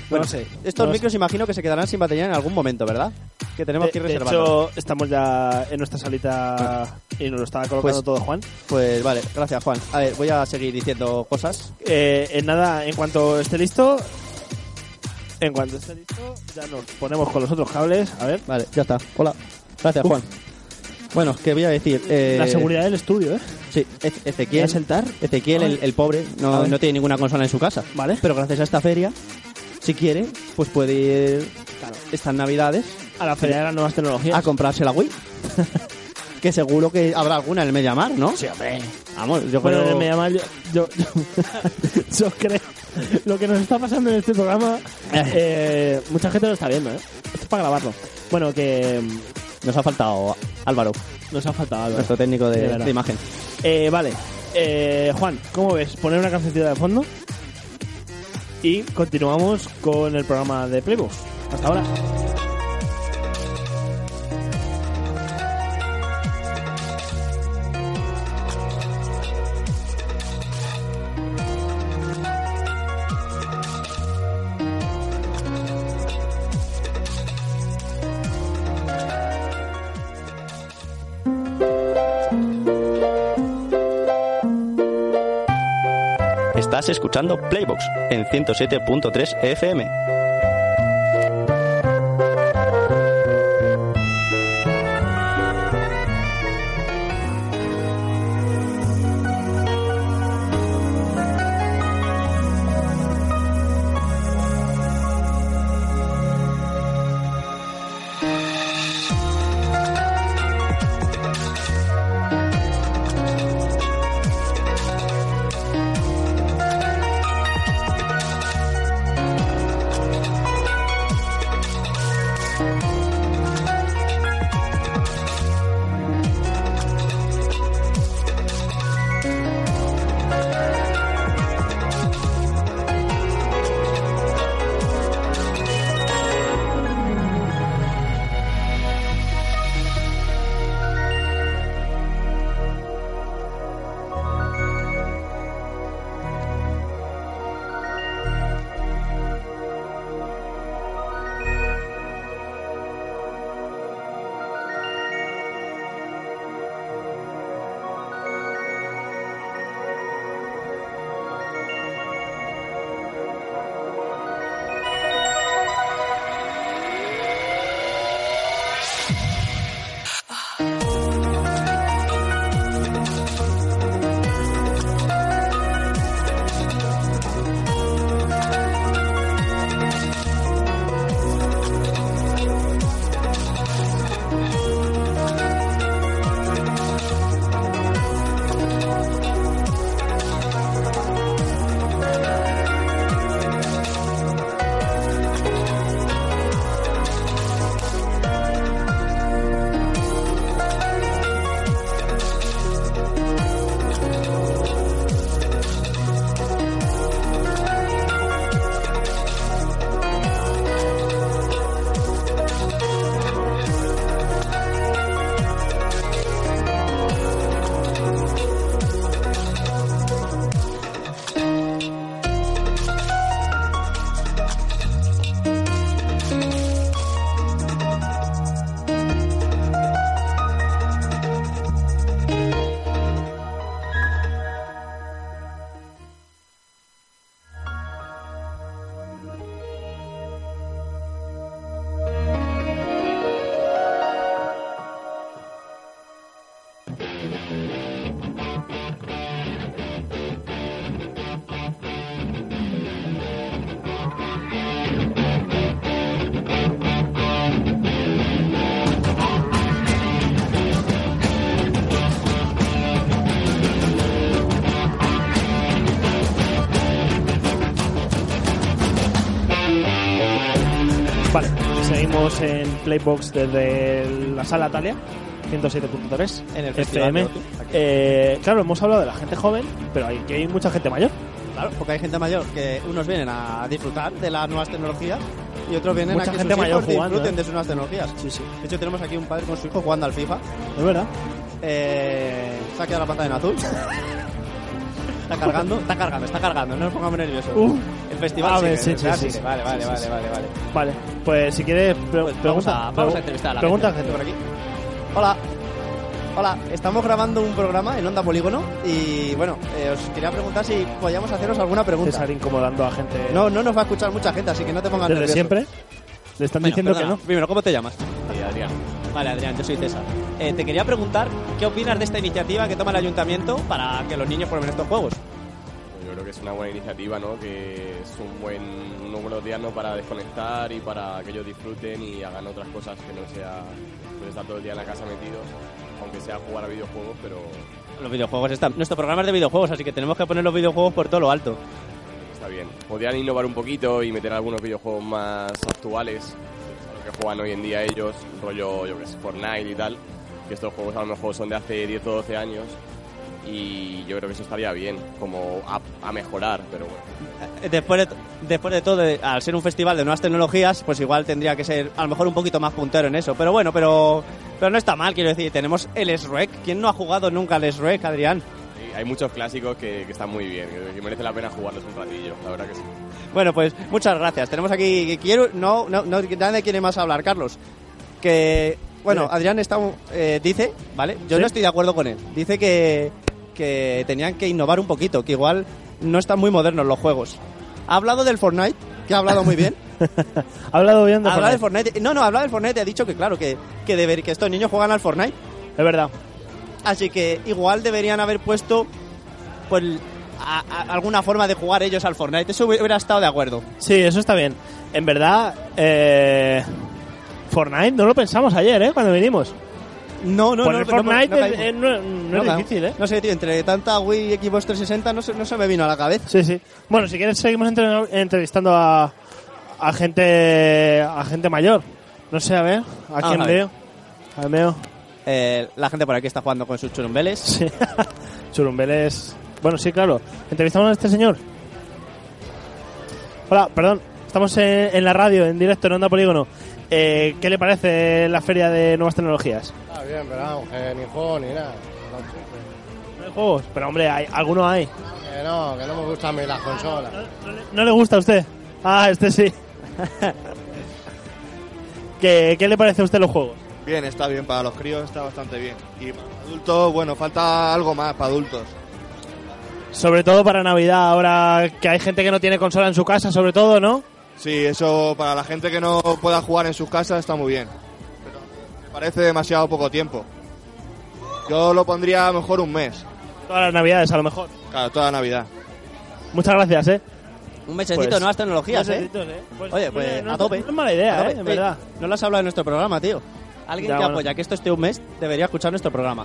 Speaker 1: Bueno,
Speaker 2: No sé,
Speaker 1: Estos
Speaker 2: no
Speaker 1: micros imagino que se quedarán sin batería en algún momento, ¿verdad? Que tenemos
Speaker 2: De,
Speaker 1: que ir
Speaker 2: de
Speaker 1: reservando.
Speaker 2: hecho, estamos ya en nuestra salita y nos lo estaba colocando
Speaker 1: Ah. Pues-
Speaker 2: todo Juan.
Speaker 1: Pues vale, gracias Juan. A ver, voy a seguir diciendo cosas.
Speaker 2: Eh, en nada, en cuanto esté listo, En cuanto esté listo, ya nos ponemos con los otros cables. A ver.
Speaker 1: Vale, ya está. Hola. Gracias, Juan. Bueno, ¿qué voy a decir? Eh,
Speaker 2: La seguridad del estudio, ¿eh?
Speaker 1: Sí, E- Ezequiel.
Speaker 2: ¿Voy a sentar?
Speaker 1: Ezequiel, el, el pobre, no, no tiene ninguna consola en su casa.
Speaker 2: Vale.
Speaker 1: Pero gracias a esta feria, si quiere, pues puede ir estas navidades
Speaker 2: A la feria de las nuevas tecnologías.
Speaker 1: a comprarse la Wii. que seguro que habrá alguna en el Mediamar, ¿no? Sí, hombre. Vamos, yo
Speaker 2: Bueno,
Speaker 1: creo...
Speaker 2: me llama yo, yo, yo creo lo que nos está pasando en este programa eh, mucha gente lo está viendo ¿eh? esto es para grabarlo bueno que mm,
Speaker 1: Nos ha faltado Álvaro,
Speaker 2: nos ha faltado algo.
Speaker 1: nuestro técnico de,
Speaker 2: De verdad.
Speaker 1: de imagen.
Speaker 2: Eh, vale Eh, Juan ¿cómo ves? poner una cancioncita de fondo y continuamos con el programa de Playbox hasta ahora
Speaker 1: Estás escuchando Playbox en 107.3 FM.
Speaker 2: Vale, seguimos en Playbox desde la sala Talia, 107.3.
Speaker 1: En el festival de
Speaker 2: FM.
Speaker 1: ocio, aquí.
Speaker 2: Eh, claro, hemos hablado de la gente joven, pero hay, que hay mucha gente mayor.
Speaker 1: Claro, porque hay gente mayor que unos vienen a disfrutar de las nuevas tecnologías y otros vienen
Speaker 2: Mucha
Speaker 1: a que
Speaker 2: gente
Speaker 1: sus
Speaker 2: mayor
Speaker 1: hijos
Speaker 2: jugando,
Speaker 1: disfruten
Speaker 2: ¿eh?
Speaker 1: de sus nuevas tecnologías.
Speaker 2: Sí, sí.
Speaker 1: De hecho, tenemos aquí un padre con su hijo jugando al FIFA.
Speaker 2: Es verdad.
Speaker 1: Eh, se ha quedado la pantalla en azul. está cargando, está cargando, está cargando. No nos pongamos nerviosos.
Speaker 2: Uh.
Speaker 1: el festival
Speaker 2: A
Speaker 1: sigue,
Speaker 2: ver, sí,
Speaker 1: el festival
Speaker 2: sí, sí,
Speaker 1: sigue.
Speaker 2: sí.
Speaker 1: Vale, vale,
Speaker 2: Sí,
Speaker 1: vale,
Speaker 2: sí,
Speaker 1: vale, vale.
Speaker 2: Vale, pues si quieres, pre-
Speaker 1: Pues
Speaker 2: pregunta,
Speaker 1: vamos, a, vamos
Speaker 2: pre-
Speaker 1: a entrevistar a la
Speaker 2: pregunta
Speaker 1: gente.
Speaker 2: gente.
Speaker 1: por aquí. Hola. Hola, estamos grabando un programa en Onda Polígono y bueno, eh, os quería preguntar si podíamos haceros alguna
Speaker 2: de
Speaker 1: pregunta.
Speaker 2: estar incomodando a gente
Speaker 1: No, no nos va a escuchar mucha gente, así que no te pongas
Speaker 2: desde
Speaker 1: nervioso.
Speaker 2: siempre. Le están
Speaker 1: Bueno,
Speaker 2: diciendo
Speaker 1: perdona,
Speaker 2: que
Speaker 1: Primero, ¿cómo te llamas? Vale, Adrián, yo soy César. Eh, te quería preguntar qué opinas de esta iniciativa que toma el ayuntamiento para que los niños prueben estos juegos.
Speaker 8: Pues Yo creo que es una buena iniciativa, ¿no? Que es un buen, unos buenos días, ¿no? Para desconectar y para que ellos disfruten y hagan otras cosas que no sea pues, estar todo el día en la casa metidos, aunque sea jugar a videojuegos, pero
Speaker 1: Los videojuegos están. Nuestro programa es de videojuegos, así que tenemos que poner los videojuegos por todo lo alto.
Speaker 8: está bien. Podrían innovar un poquito y meter algunos videojuegos más actuales, a lo que juegan hoy en día ellos, rollo, yo qué sé, Fortnite y tal, que estos juegos a lo mejor son de hace 10 o 12 años y yo creo que eso estaría bien, como a, a mejorar, pero bueno.
Speaker 1: Eh, Después de, después de todo, de- al ser un festival de nuevas tecnologías, pues igual tendría que ser a lo mejor un poquito más puntero en eso. Pero bueno, pero, pero no está mal, quiero decir. Tenemos el SREC. E ¿Quién no ha jugado nunca al SREC, E Adrián?
Speaker 8: Sí, Hay muchos clásicos que, que están muy bien, que, que merece la pena jugarlos un ratillo, la verdad que sí.
Speaker 1: Bueno, pues muchas gracias. Tenemos aquí. Quiero. No, no, no nadie quiere más hablar, Carlos. Que. Bueno,
Speaker 2: Sí.
Speaker 1: Adrián está, eh, dice, ¿vale? Yo
Speaker 2: Sí.
Speaker 1: no estoy de acuerdo con él. Dice que, que tenían que innovar un poquito, que igual no están muy modernos los juegos. Ha hablado del Fortnite, que ha hablado muy bien.
Speaker 2: no. Ha hablado bien de,
Speaker 1: Habla del
Speaker 2: Fortnite.
Speaker 1: Fortnite. No, no, habla del Fortnite. Ha dicho que, claro, que, que, deber- que estos niños juegan al Fortnite.
Speaker 2: Es verdad.
Speaker 1: Así que igual deberían haber puesto pues, a- a- alguna forma de jugar ellos al Fortnite. Eso hubiera estado de acuerdo.
Speaker 2: Sí, eso está bien. En verdad, eh, Fortnite no lo pensamos ayer, ¿eh? Cuando vinimos.
Speaker 1: No, no,
Speaker 2: Poner
Speaker 1: no. no,
Speaker 2: Fortnite
Speaker 1: no, no,
Speaker 2: es- es- no, no es
Speaker 1: caemos.
Speaker 2: difícil, ¿eh?
Speaker 1: No sé, tío, entre tanta Wii y Xbox 360 no se, no se me vino a la cabeza.
Speaker 2: Sí, sí. Bueno, si quieres seguimos entre- entrevistando a, a gente a gente mayor. No sé, a ver, ¿a
Speaker 1: Ah,
Speaker 2: quién
Speaker 1: a ver.
Speaker 2: veo? A Meo.
Speaker 1: Eh, la gente por aquí está jugando con sus churumbeles.
Speaker 2: Sí. Churumbeles. Bueno, sí, claro. Entrevistamos a este señor. Hola, perdón. Estamos en, en la radio, en directo, en Onda Polígono. Eh, ¿Qué le parece la feria de nuevas tecnologías?
Speaker 9: Está Ah, bien, pero vamos, que ni juego ni nada.
Speaker 2: No hay juegos, pero hombre, hay, alguno hay.
Speaker 9: Que no, que no me gustan a mí las consolas.
Speaker 2: ¿No le gusta a usted? Ah, este sí. ¿Qué, ¿Qué le parece a usted los juegos?
Speaker 10: Bien, está bien para los críos, está bastante bien. Y para adultos, bueno, falta algo más para adultos.
Speaker 2: Sobre todo para Navidad, ahora que hay gente que no tiene consola en su casa, sobre todo, ¿no?
Speaker 10: Sí, eso para la gente que no pueda jugar en sus casas está muy bien. Pero me parece demasiado poco tiempo. Yo lo pondría a lo mejor un mes.
Speaker 2: Todas las Navidades, a lo mejor.
Speaker 10: Claro, toda la Navidad.
Speaker 2: Muchas gracias, ¿eh?
Speaker 1: Un mesecito
Speaker 2: Pues-
Speaker 1: de nuevas tecnologías, ¿eh?
Speaker 2: Necesitos, ¿eh?
Speaker 1: Oye,
Speaker 2: no
Speaker 1: pues
Speaker 2: es- no,
Speaker 1: a
Speaker 2: es-
Speaker 1: tope.
Speaker 2: No es mala idea,
Speaker 1: A tope.
Speaker 2: ¿eh? En
Speaker 1: Ey,
Speaker 2: verdad.
Speaker 1: No lo has hablado en nuestro programa, tío. Alguien
Speaker 2: Ya,
Speaker 1: que
Speaker 2: bueno.
Speaker 1: apoya que esto esté un mes debería escuchar nuestro programa.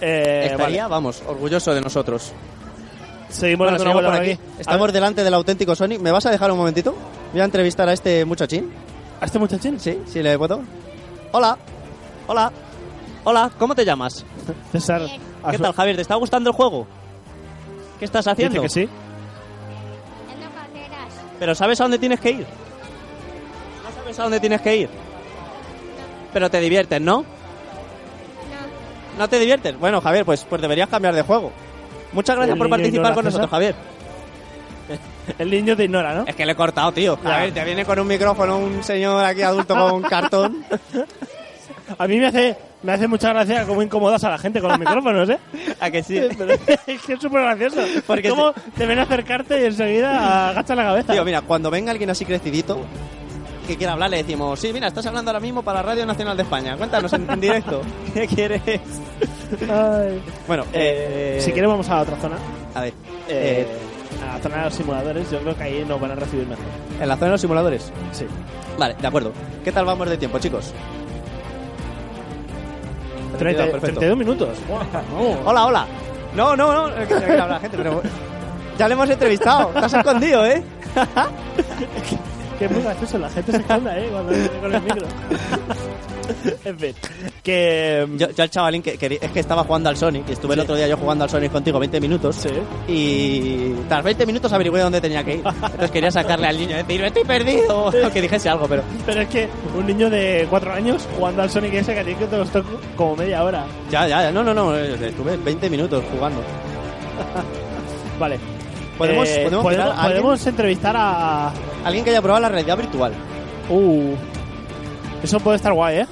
Speaker 2: Eh,
Speaker 1: Estaría, vamos, orgulloso de nosotros.
Speaker 2: vale. Seguimos
Speaker 1: Bueno,
Speaker 2: dando una
Speaker 1: seguimos
Speaker 2: vuelta
Speaker 1: por
Speaker 2: por
Speaker 1: aquí.
Speaker 2: aquí.
Speaker 1: Estamos delante del auténtico Sony. ¿Me vas a dejar un momentito? Voy a entrevistar a este muchachín.
Speaker 2: ¿A este muchachín?
Speaker 1: Sí, sí le puedo. Hola, hola, hola, ¿cómo te llamas?
Speaker 2: César.
Speaker 1: ¿Qué tal, Javier? ¿Te está gustando el juego? ¿Qué estás haciendo?
Speaker 2: Dice que sí.
Speaker 6: Haciendo carreras.
Speaker 1: Pero ¿sabes a dónde tienes que ir? No sabes a dónde tienes que ir. Pero te diviertes, ¿no?
Speaker 6: No,
Speaker 1: ¿No te diviertes? Bueno, Javier, pues, pues deberías cambiar de juego. Muchas gracias
Speaker 2: El
Speaker 1: por
Speaker 2: niño
Speaker 1: participar
Speaker 2: ignora
Speaker 1: con
Speaker 2: a César.
Speaker 1: nosotros, Javier.
Speaker 2: El niño te ignora, ¿no?
Speaker 1: Es que le he cortado, tío. A ver, te viene con un micrófono un señor aquí adulto con un cartón.
Speaker 2: A mí me hace, me hace mucha gracia cómo incomodas a la gente con los micrófonos, ¿eh?
Speaker 1: ¿A que sí?
Speaker 2: es que es súper gracioso.
Speaker 1: Porque
Speaker 2: ¿Cómo te ven a acercarte y enseguida agachas la cabeza?
Speaker 1: Tío, mira, cuando venga alguien así crecidito que quiera hablar, le decimos, sí, mira, estás hablando ahora mismo para Radio Nacional de España. Cuéntanos en, en directo. ¿Qué quieres?
Speaker 2: Ay.
Speaker 1: Bueno, eh,
Speaker 2: Si quieres vamos a otra zona.
Speaker 1: A ver, eh,
Speaker 2: Eh, a la zona de los simuladores, yo creo que ahí nos van a recibir mejor.
Speaker 1: en la zona de los simuladores.
Speaker 2: Sí.
Speaker 1: Vale, de acuerdo. ¿Qué tal vamos de tiempo, chicos?
Speaker 2: 30,
Speaker 1: perfecto.
Speaker 2: 32 minutos.
Speaker 1: Hola, hola. No, no, no. eh, que no quiero hablar, gente, pero... Ya le hemos entrevistado. Estás escondido, ¿eh?
Speaker 2: Qué muy gracioso, la gente se esconda, ¿eh? Cuando viene con el micro. en fin, que... mm,
Speaker 1: Yo, yo al chavalín que, que- es que estaba jugando al Sonic, y estuve el
Speaker 2: Sí.
Speaker 1: otro día yo jugando al Sonic contigo 20 minutos.
Speaker 2: Sí.
Speaker 1: Y tras 20 minutos averigüé dónde tenía que ir. Entonces quería sacarle al niño y decir, estoy perdido. O que dijese algo, pero
Speaker 2: Pero es que un niño de 4 años jugando al Sonic ese que a ti que te los toco como media hora.
Speaker 1: ya, ya, ya. no, no, no, eh, estuve 20 minutos jugando.
Speaker 2: Vale.
Speaker 1: Podemos-
Speaker 2: Eh,
Speaker 1: podemos mirar a alguien.
Speaker 2: podemos entrevistar a...
Speaker 1: Alguien que haya probado la realidad virtual.
Speaker 2: Uh. Eso puede estar guay, ¿eh?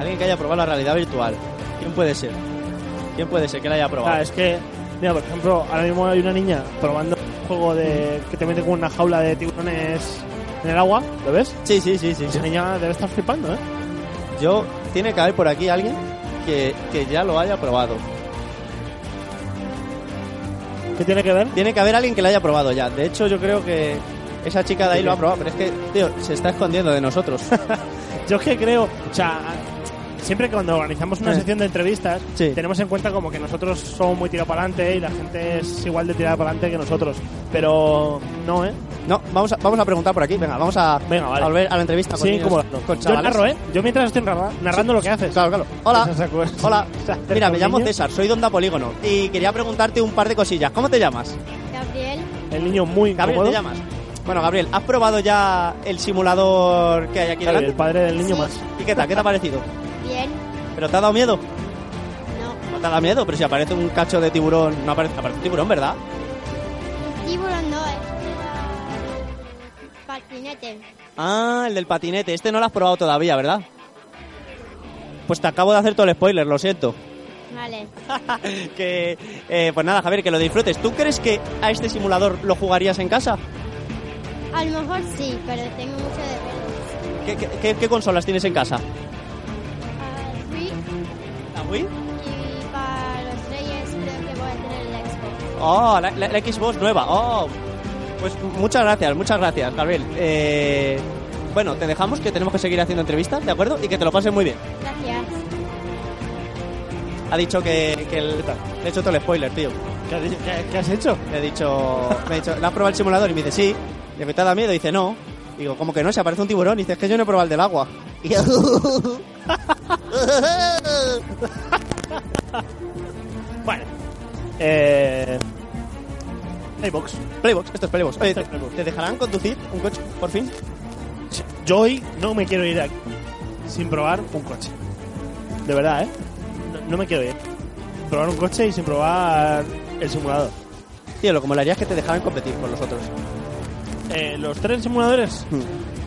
Speaker 1: Alguien que haya probado la realidad virtual. ¿Quién puede ser? ¿Quién puede ser que la haya probado?
Speaker 2: Claro, Ah, es que, mira, por ejemplo, ahora mismo hay una niña probando un juego de que te mete con una jaula de tiburones en el agua, ¿lo ves?
Speaker 1: Sí, sí, sí, sí. sí.
Speaker 2: Esa niña debe estar flipando, ¿eh?
Speaker 1: Yo, tiene que haber por aquí alguien que, que ya lo haya probado.
Speaker 2: ¿Qué tiene que ver?
Speaker 1: Tiene que haber alguien que lo haya probado ya. De hecho, yo creo que esa chica de ahí lo ha probado, pero es que, tío, se está escondiendo de nosotros.
Speaker 2: Yo es que creo, o sea, siempre que cuando organizamos una
Speaker 1: Eh.
Speaker 2: sesión de entrevistas,
Speaker 1: Sí.
Speaker 2: tenemos en cuenta como que nosotros somos muy tirados para adelante y la gente es igual de tirada para adelante que nosotros. Pero no, ¿eh?
Speaker 1: no, vamos a, vamos a preguntar por aquí. Venga, vamos a,
Speaker 2: Venga, vale.
Speaker 1: a volver a la entrevista con,
Speaker 2: Sí,
Speaker 1: niños-
Speaker 2: como
Speaker 1: con
Speaker 2: Yo
Speaker 1: chavales.
Speaker 2: narro, ¿eh? Yo mientras estoy narra- narrando lo que haces.
Speaker 1: Claro, claro. Hola.
Speaker 2: Esas cosas.
Speaker 1: Hola.
Speaker 2: Se acerca
Speaker 1: Mira,
Speaker 2: un
Speaker 1: me llamo
Speaker 2: niño.
Speaker 1: César, soy de Onda Polígono y quería preguntarte un par de cosillas. ¿Cómo te llamas?
Speaker 6: Gabriel,
Speaker 2: El niño muy
Speaker 1: Gabriel,
Speaker 2: incómodo.
Speaker 1: ¿te llamas? Bueno, Gabriel, ¿has probado ya el simulador que hay aquí
Speaker 2: Claro, el
Speaker 1: delante?
Speaker 2: padre del niño
Speaker 6: Sí.
Speaker 2: más.
Speaker 1: ¿Y qué tal? ¿Qué te ha parecido?
Speaker 6: bien,
Speaker 1: ¿Pero te ha dado miedo?
Speaker 6: no.
Speaker 1: No te ha dado miedo, pero si aparece un cacho de tiburón, no aparece, aparece un tiburón, ¿verdad?
Speaker 6: Tiburón no es. Patinete.
Speaker 1: Ah, el del patinete. Este no lo has probado todavía, ¿verdad? Pues te acabo de hacer todo el spoiler, lo siento.
Speaker 6: Vale.
Speaker 1: que, eh, pues nada, Javier, que lo disfrutes. ¿Tú crees que a este simulador lo jugarías en casa?
Speaker 6: A lo mejor sí, pero tengo mucho de ver.
Speaker 1: ¿Qué, qué- qué- qué consolas tienes en casa?
Speaker 6: Ah, Wii
Speaker 1: ¿La Wii?
Speaker 6: y para los reyes creo que voy a tener el Xbox.
Speaker 1: Oh, la, la- la Xbox nueva. Oh, pues muchas gracias, muchas gracias, Gabriel. Eh, bueno, te dejamos que tenemos que seguir haciendo entrevistas, ¿de acuerdo? Y que te lo pases muy bien.
Speaker 6: Gracias.
Speaker 1: Ha dicho que, que el- le he hecho todo el spoiler, tío.
Speaker 2: ¿Qué has, dicho? ¿Qué- qué has hecho?
Speaker 1: Le he dicho, me ha dicho, ¿la has probado el simulador? Y me dice, sí. Y me te da miedo, y dice, no. Y digo, ¿cómo que no? Se aparece un tiburón. Y dice, es que yo no he probado el del agua. Y yo,
Speaker 2: Bueno. Eh... Playbox.
Speaker 1: Playbox, esto es Playbox. Oye,
Speaker 2: Esto
Speaker 1: ¿te,
Speaker 2: es Playbox.
Speaker 1: te dejarán conducir un coche, por fin?
Speaker 2: Yo hoy no me quiero ir de aquí sin probar un coche. De verdad, ¿eh? No, no me quiero ir. Probar un coche y sin probar el simulador.
Speaker 1: Tío, lo que molaría es que te dejaran competir con los otros.
Speaker 2: Eh, ¿Los tres simuladores?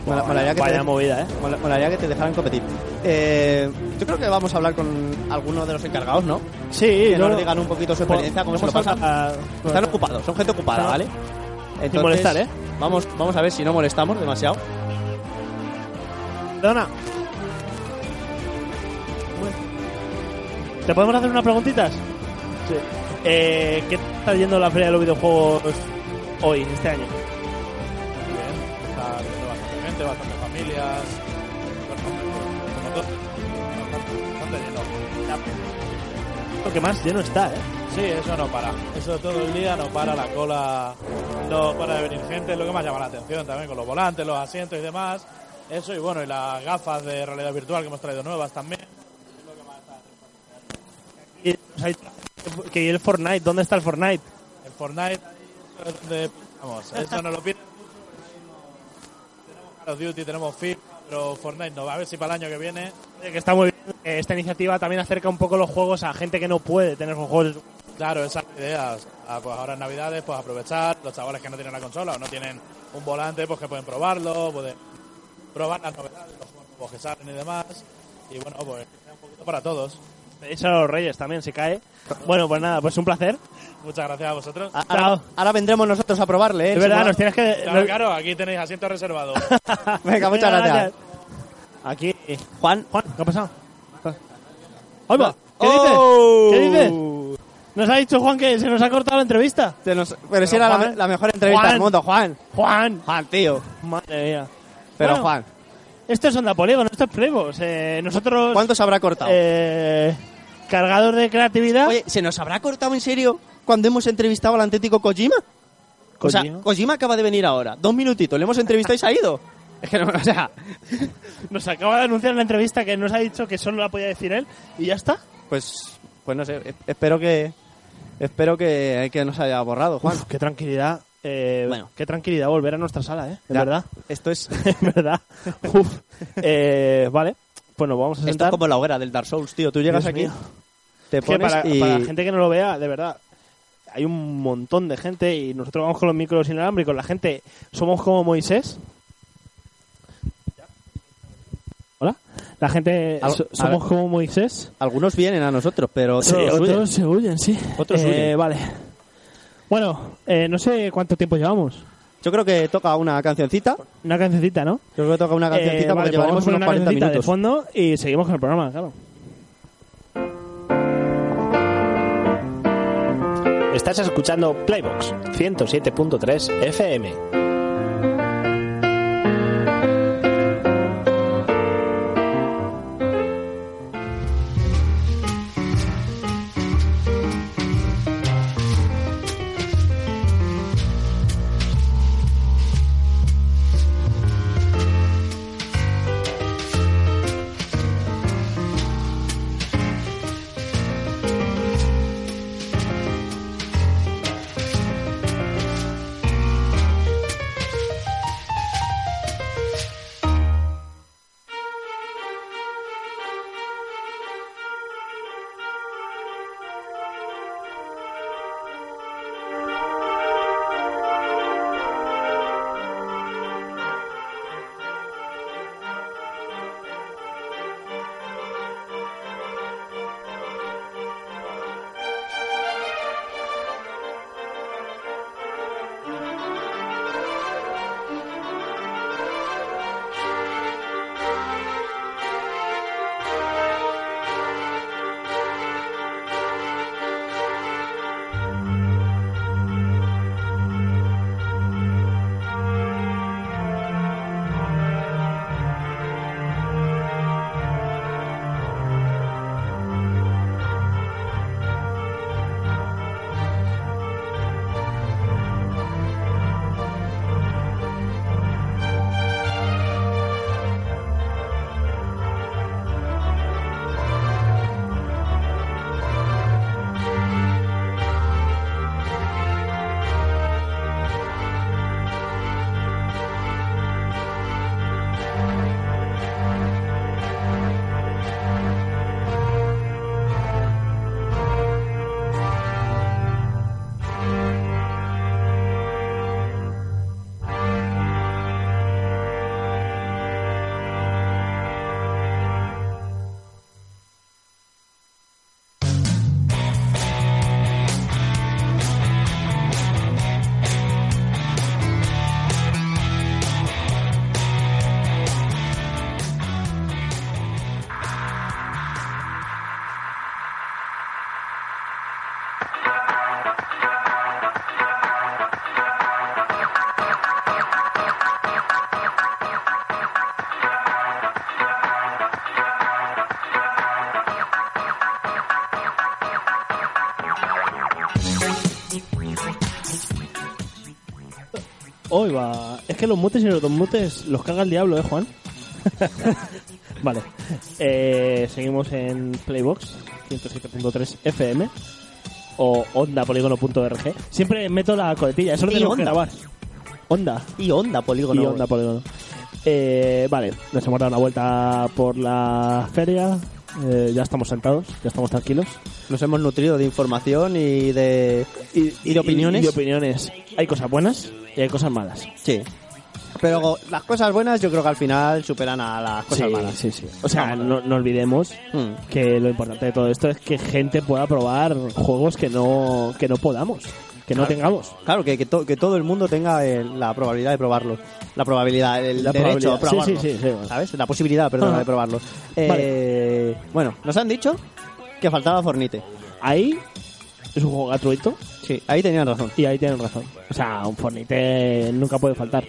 Speaker 1: Mola- molaría que te
Speaker 2: vaya
Speaker 1: dejen-
Speaker 2: movida, ¿eh?
Speaker 1: Mola- Molaría que te dejaran competir. Eh, yo creo que vamos a hablar con alguno de los encargados, ¿no?
Speaker 2: Sí,
Speaker 1: Que
Speaker 2: yo-
Speaker 1: nos digan un poquito su experiencia, cómo se lo
Speaker 2: vamos a-
Speaker 1: pasan.
Speaker 2: a-
Speaker 1: Están ocupados, son gente ocupada,
Speaker 2: Claro.
Speaker 1: ¿vale? Entonces,
Speaker 2: molestar, ¿eh?
Speaker 1: Vamos, vamos a ver si no molestamos demasiado.
Speaker 2: Perdona. ¿Te podemos hacer unas preguntitas? Sí. Eh, ¿Qué te está yendo la feria de los videojuegos hoy, este año?
Speaker 11: Está viendo bastante gente, bastante familias. Bueno, como todo. Bastante- Bastante lleno.
Speaker 2: Lo que más lleno está, ¿eh?
Speaker 11: Sí, eso no para. Eso todo el día no para la cola, no para de venir gente. Es Lo que más llama la atención también con los volantes, los asientos y demás. Eso y bueno, y las gafas de realidad virtual que hemos traído nuevas también.
Speaker 2: Y, o sea, que y el Fortnite, ¿dónde está el Fortnite?
Speaker 11: El Fortnite, ahí es donde vamos, eso no lo piden. Tenemos Call of Duty, tenemos FIFA, pero Fortnite no. A ver si para el año que viene
Speaker 2: Oye, Que está muy bien. Eh, Esta iniciativa también acerca un poco los juegos a gente que no puede tener los juegos.
Speaker 11: Claro, esas ideas. Ah, pues ahora en Navidades, pues aprovechar los chavales que no tienen la consola o no tienen un volante, pues que pueden probarlo, pueden probar las novedades, los juegos nuevos que salen y demás. Y bueno, pues que sea un poquito para todos.
Speaker 2: Eso a los Reyes también se cae. Bueno, pues nada, pues un placer.
Speaker 11: Muchas gracias a vosotros.
Speaker 1: A- Ahora, ahora vendremos nosotros a probarle, ¿eh?
Speaker 2: Es verdad, nos tienes que.
Speaker 11: Claro,
Speaker 2: nos-
Speaker 11: claro, aquí tenéis asiento reservado.
Speaker 1: Venga, muchas gracias.
Speaker 2: Aquí. eh,
Speaker 1: Juan,
Speaker 2: Juan, ¿qué ha pasado? Oye, va, ¿Qué
Speaker 1: ¡Oh!
Speaker 2: dices? ¿Qué dices? Nos ha dicho Juan que se nos ha cortado la entrevista.
Speaker 1: se nos- pero si era la,
Speaker 2: Juan.
Speaker 1: me- la mejor entrevista
Speaker 2: Juan.
Speaker 1: del mundo, Juan.
Speaker 2: Juan.
Speaker 1: Juan, tío.
Speaker 2: Madre mía.
Speaker 1: Pero
Speaker 2: Bueno, pues-
Speaker 1: Juan,
Speaker 2: Esto es Onda Polígono, esto es Playbox. Eh, nosotros.
Speaker 1: ¿cuántos habrá cortado?
Speaker 2: Eh, cargador de creatividad.
Speaker 1: Oye, ¿se nos habrá cortado en serio cuando hemos entrevistado al Antético Kojima? O sea,
Speaker 2: Kojima.
Speaker 1: Kojima acaba de venir ahora. Dos minutitos, le hemos entrevistado y se ha ido. Es que no, o sea...
Speaker 2: Nos acaba de anunciar en la entrevista que nos ha dicho que solo la podía decir él y ya está.
Speaker 1: Pues, pues no sé, e- espero que... Espero que, que nos haya borrado, Juan.
Speaker 2: Uf, qué tranquilidad. eh,
Speaker 1: Bueno.
Speaker 2: Qué tranquilidad volver a nuestra sala, ¿eh? En
Speaker 1: Ya.
Speaker 2: verdad.
Speaker 1: Esto es,
Speaker 2: En verdad. Uf. Eh, vale. Pues nos vamos a
Speaker 1: esto es
Speaker 2: sentar.
Speaker 1: como la hoguera del Dark Souls, tío. Tú llegas
Speaker 2: Dios
Speaker 1: aquí,
Speaker 2: mío.
Speaker 1: te
Speaker 2: Es que
Speaker 1: pones
Speaker 2: para,
Speaker 1: y...
Speaker 2: para la gente que no lo vea, de verdad, hay un montón de gente y nosotros vamos con los micros inalámbricos. La gente, somos como Moisés. Hola. La gente,
Speaker 1: Al-
Speaker 2: so-
Speaker 1: a
Speaker 2: somos
Speaker 1: ver.
Speaker 2: como Moisés.
Speaker 1: Algunos vienen a nosotros, pero
Speaker 2: Pues Sí,
Speaker 1: otros
Speaker 2: otros
Speaker 1: huyen.
Speaker 2: se huyen, sí.
Speaker 1: Otros
Speaker 2: Eh,
Speaker 1: huyen.
Speaker 2: Vale. Bueno, eh, no sé cuánto tiempo llevamos.
Speaker 1: Yo creo que toca una cancioncita.
Speaker 2: Una cancioncita, ¿no?
Speaker 1: Yo creo que toca una cancioncita porque
Speaker 2: Eh, vale, pues
Speaker 1: llevaremos
Speaker 2: vamos a
Speaker 1: unos
Speaker 2: poner una
Speaker 1: 40
Speaker 2: cancioncita
Speaker 1: minutos.
Speaker 2: de fondo y seguimos con el programa, claro.
Speaker 3: Estás escuchando Playbox 107.3 FM.
Speaker 2: Hoy va. Es que los mutes y los desmutes los caga el diablo, ¿eh, Juan? vale. Eh, seguimos en Playbox 107.3 FM o ondapolígono.org. Siempre meto la coletilla, eso lo
Speaker 1: Y
Speaker 2: tenemos que
Speaker 1: onda.
Speaker 2: grabar. Onda.
Speaker 1: Y onda, polígono.
Speaker 2: Y onda polígono. Eh, vale, nos hemos dado una vuelta por la feria. eh, ya estamos sentados, ya estamos tranquilos.
Speaker 1: Nos hemos nutrido de información y de, y, de opiniones.
Speaker 2: Y de opiniones. Hay cosas buenas y hay cosas malas.
Speaker 1: sí. Pero las cosas buenas yo creo que al final superan a las cosas
Speaker 2: sí,
Speaker 1: malas.
Speaker 2: Sí, sí. O sea, no, no olvidemos
Speaker 1: Mm.
Speaker 2: que lo importante de todo esto es que gente pueda probar juegos que no, que no podamos, que no tengamos.
Speaker 1: Claro, que, que, to- que todo el mundo tenga eh, la probabilidad de probarlo. La probabilidad, el
Speaker 2: La
Speaker 1: derecho a probarlo.
Speaker 2: probabilidad. Sí, sí, sí, Ah. sí, bueno.
Speaker 1: ¿Sabes? La posibilidad, perdón,
Speaker 2: Ajá.
Speaker 1: de probarlo. Eh, Bueno, nos han dicho que faltaba Fornite.
Speaker 2: Ahí es un juego gratuito
Speaker 1: Sí, ahí tenían razón.
Speaker 2: y ahí tienen razón. O sea, un Fornite nunca puede faltar.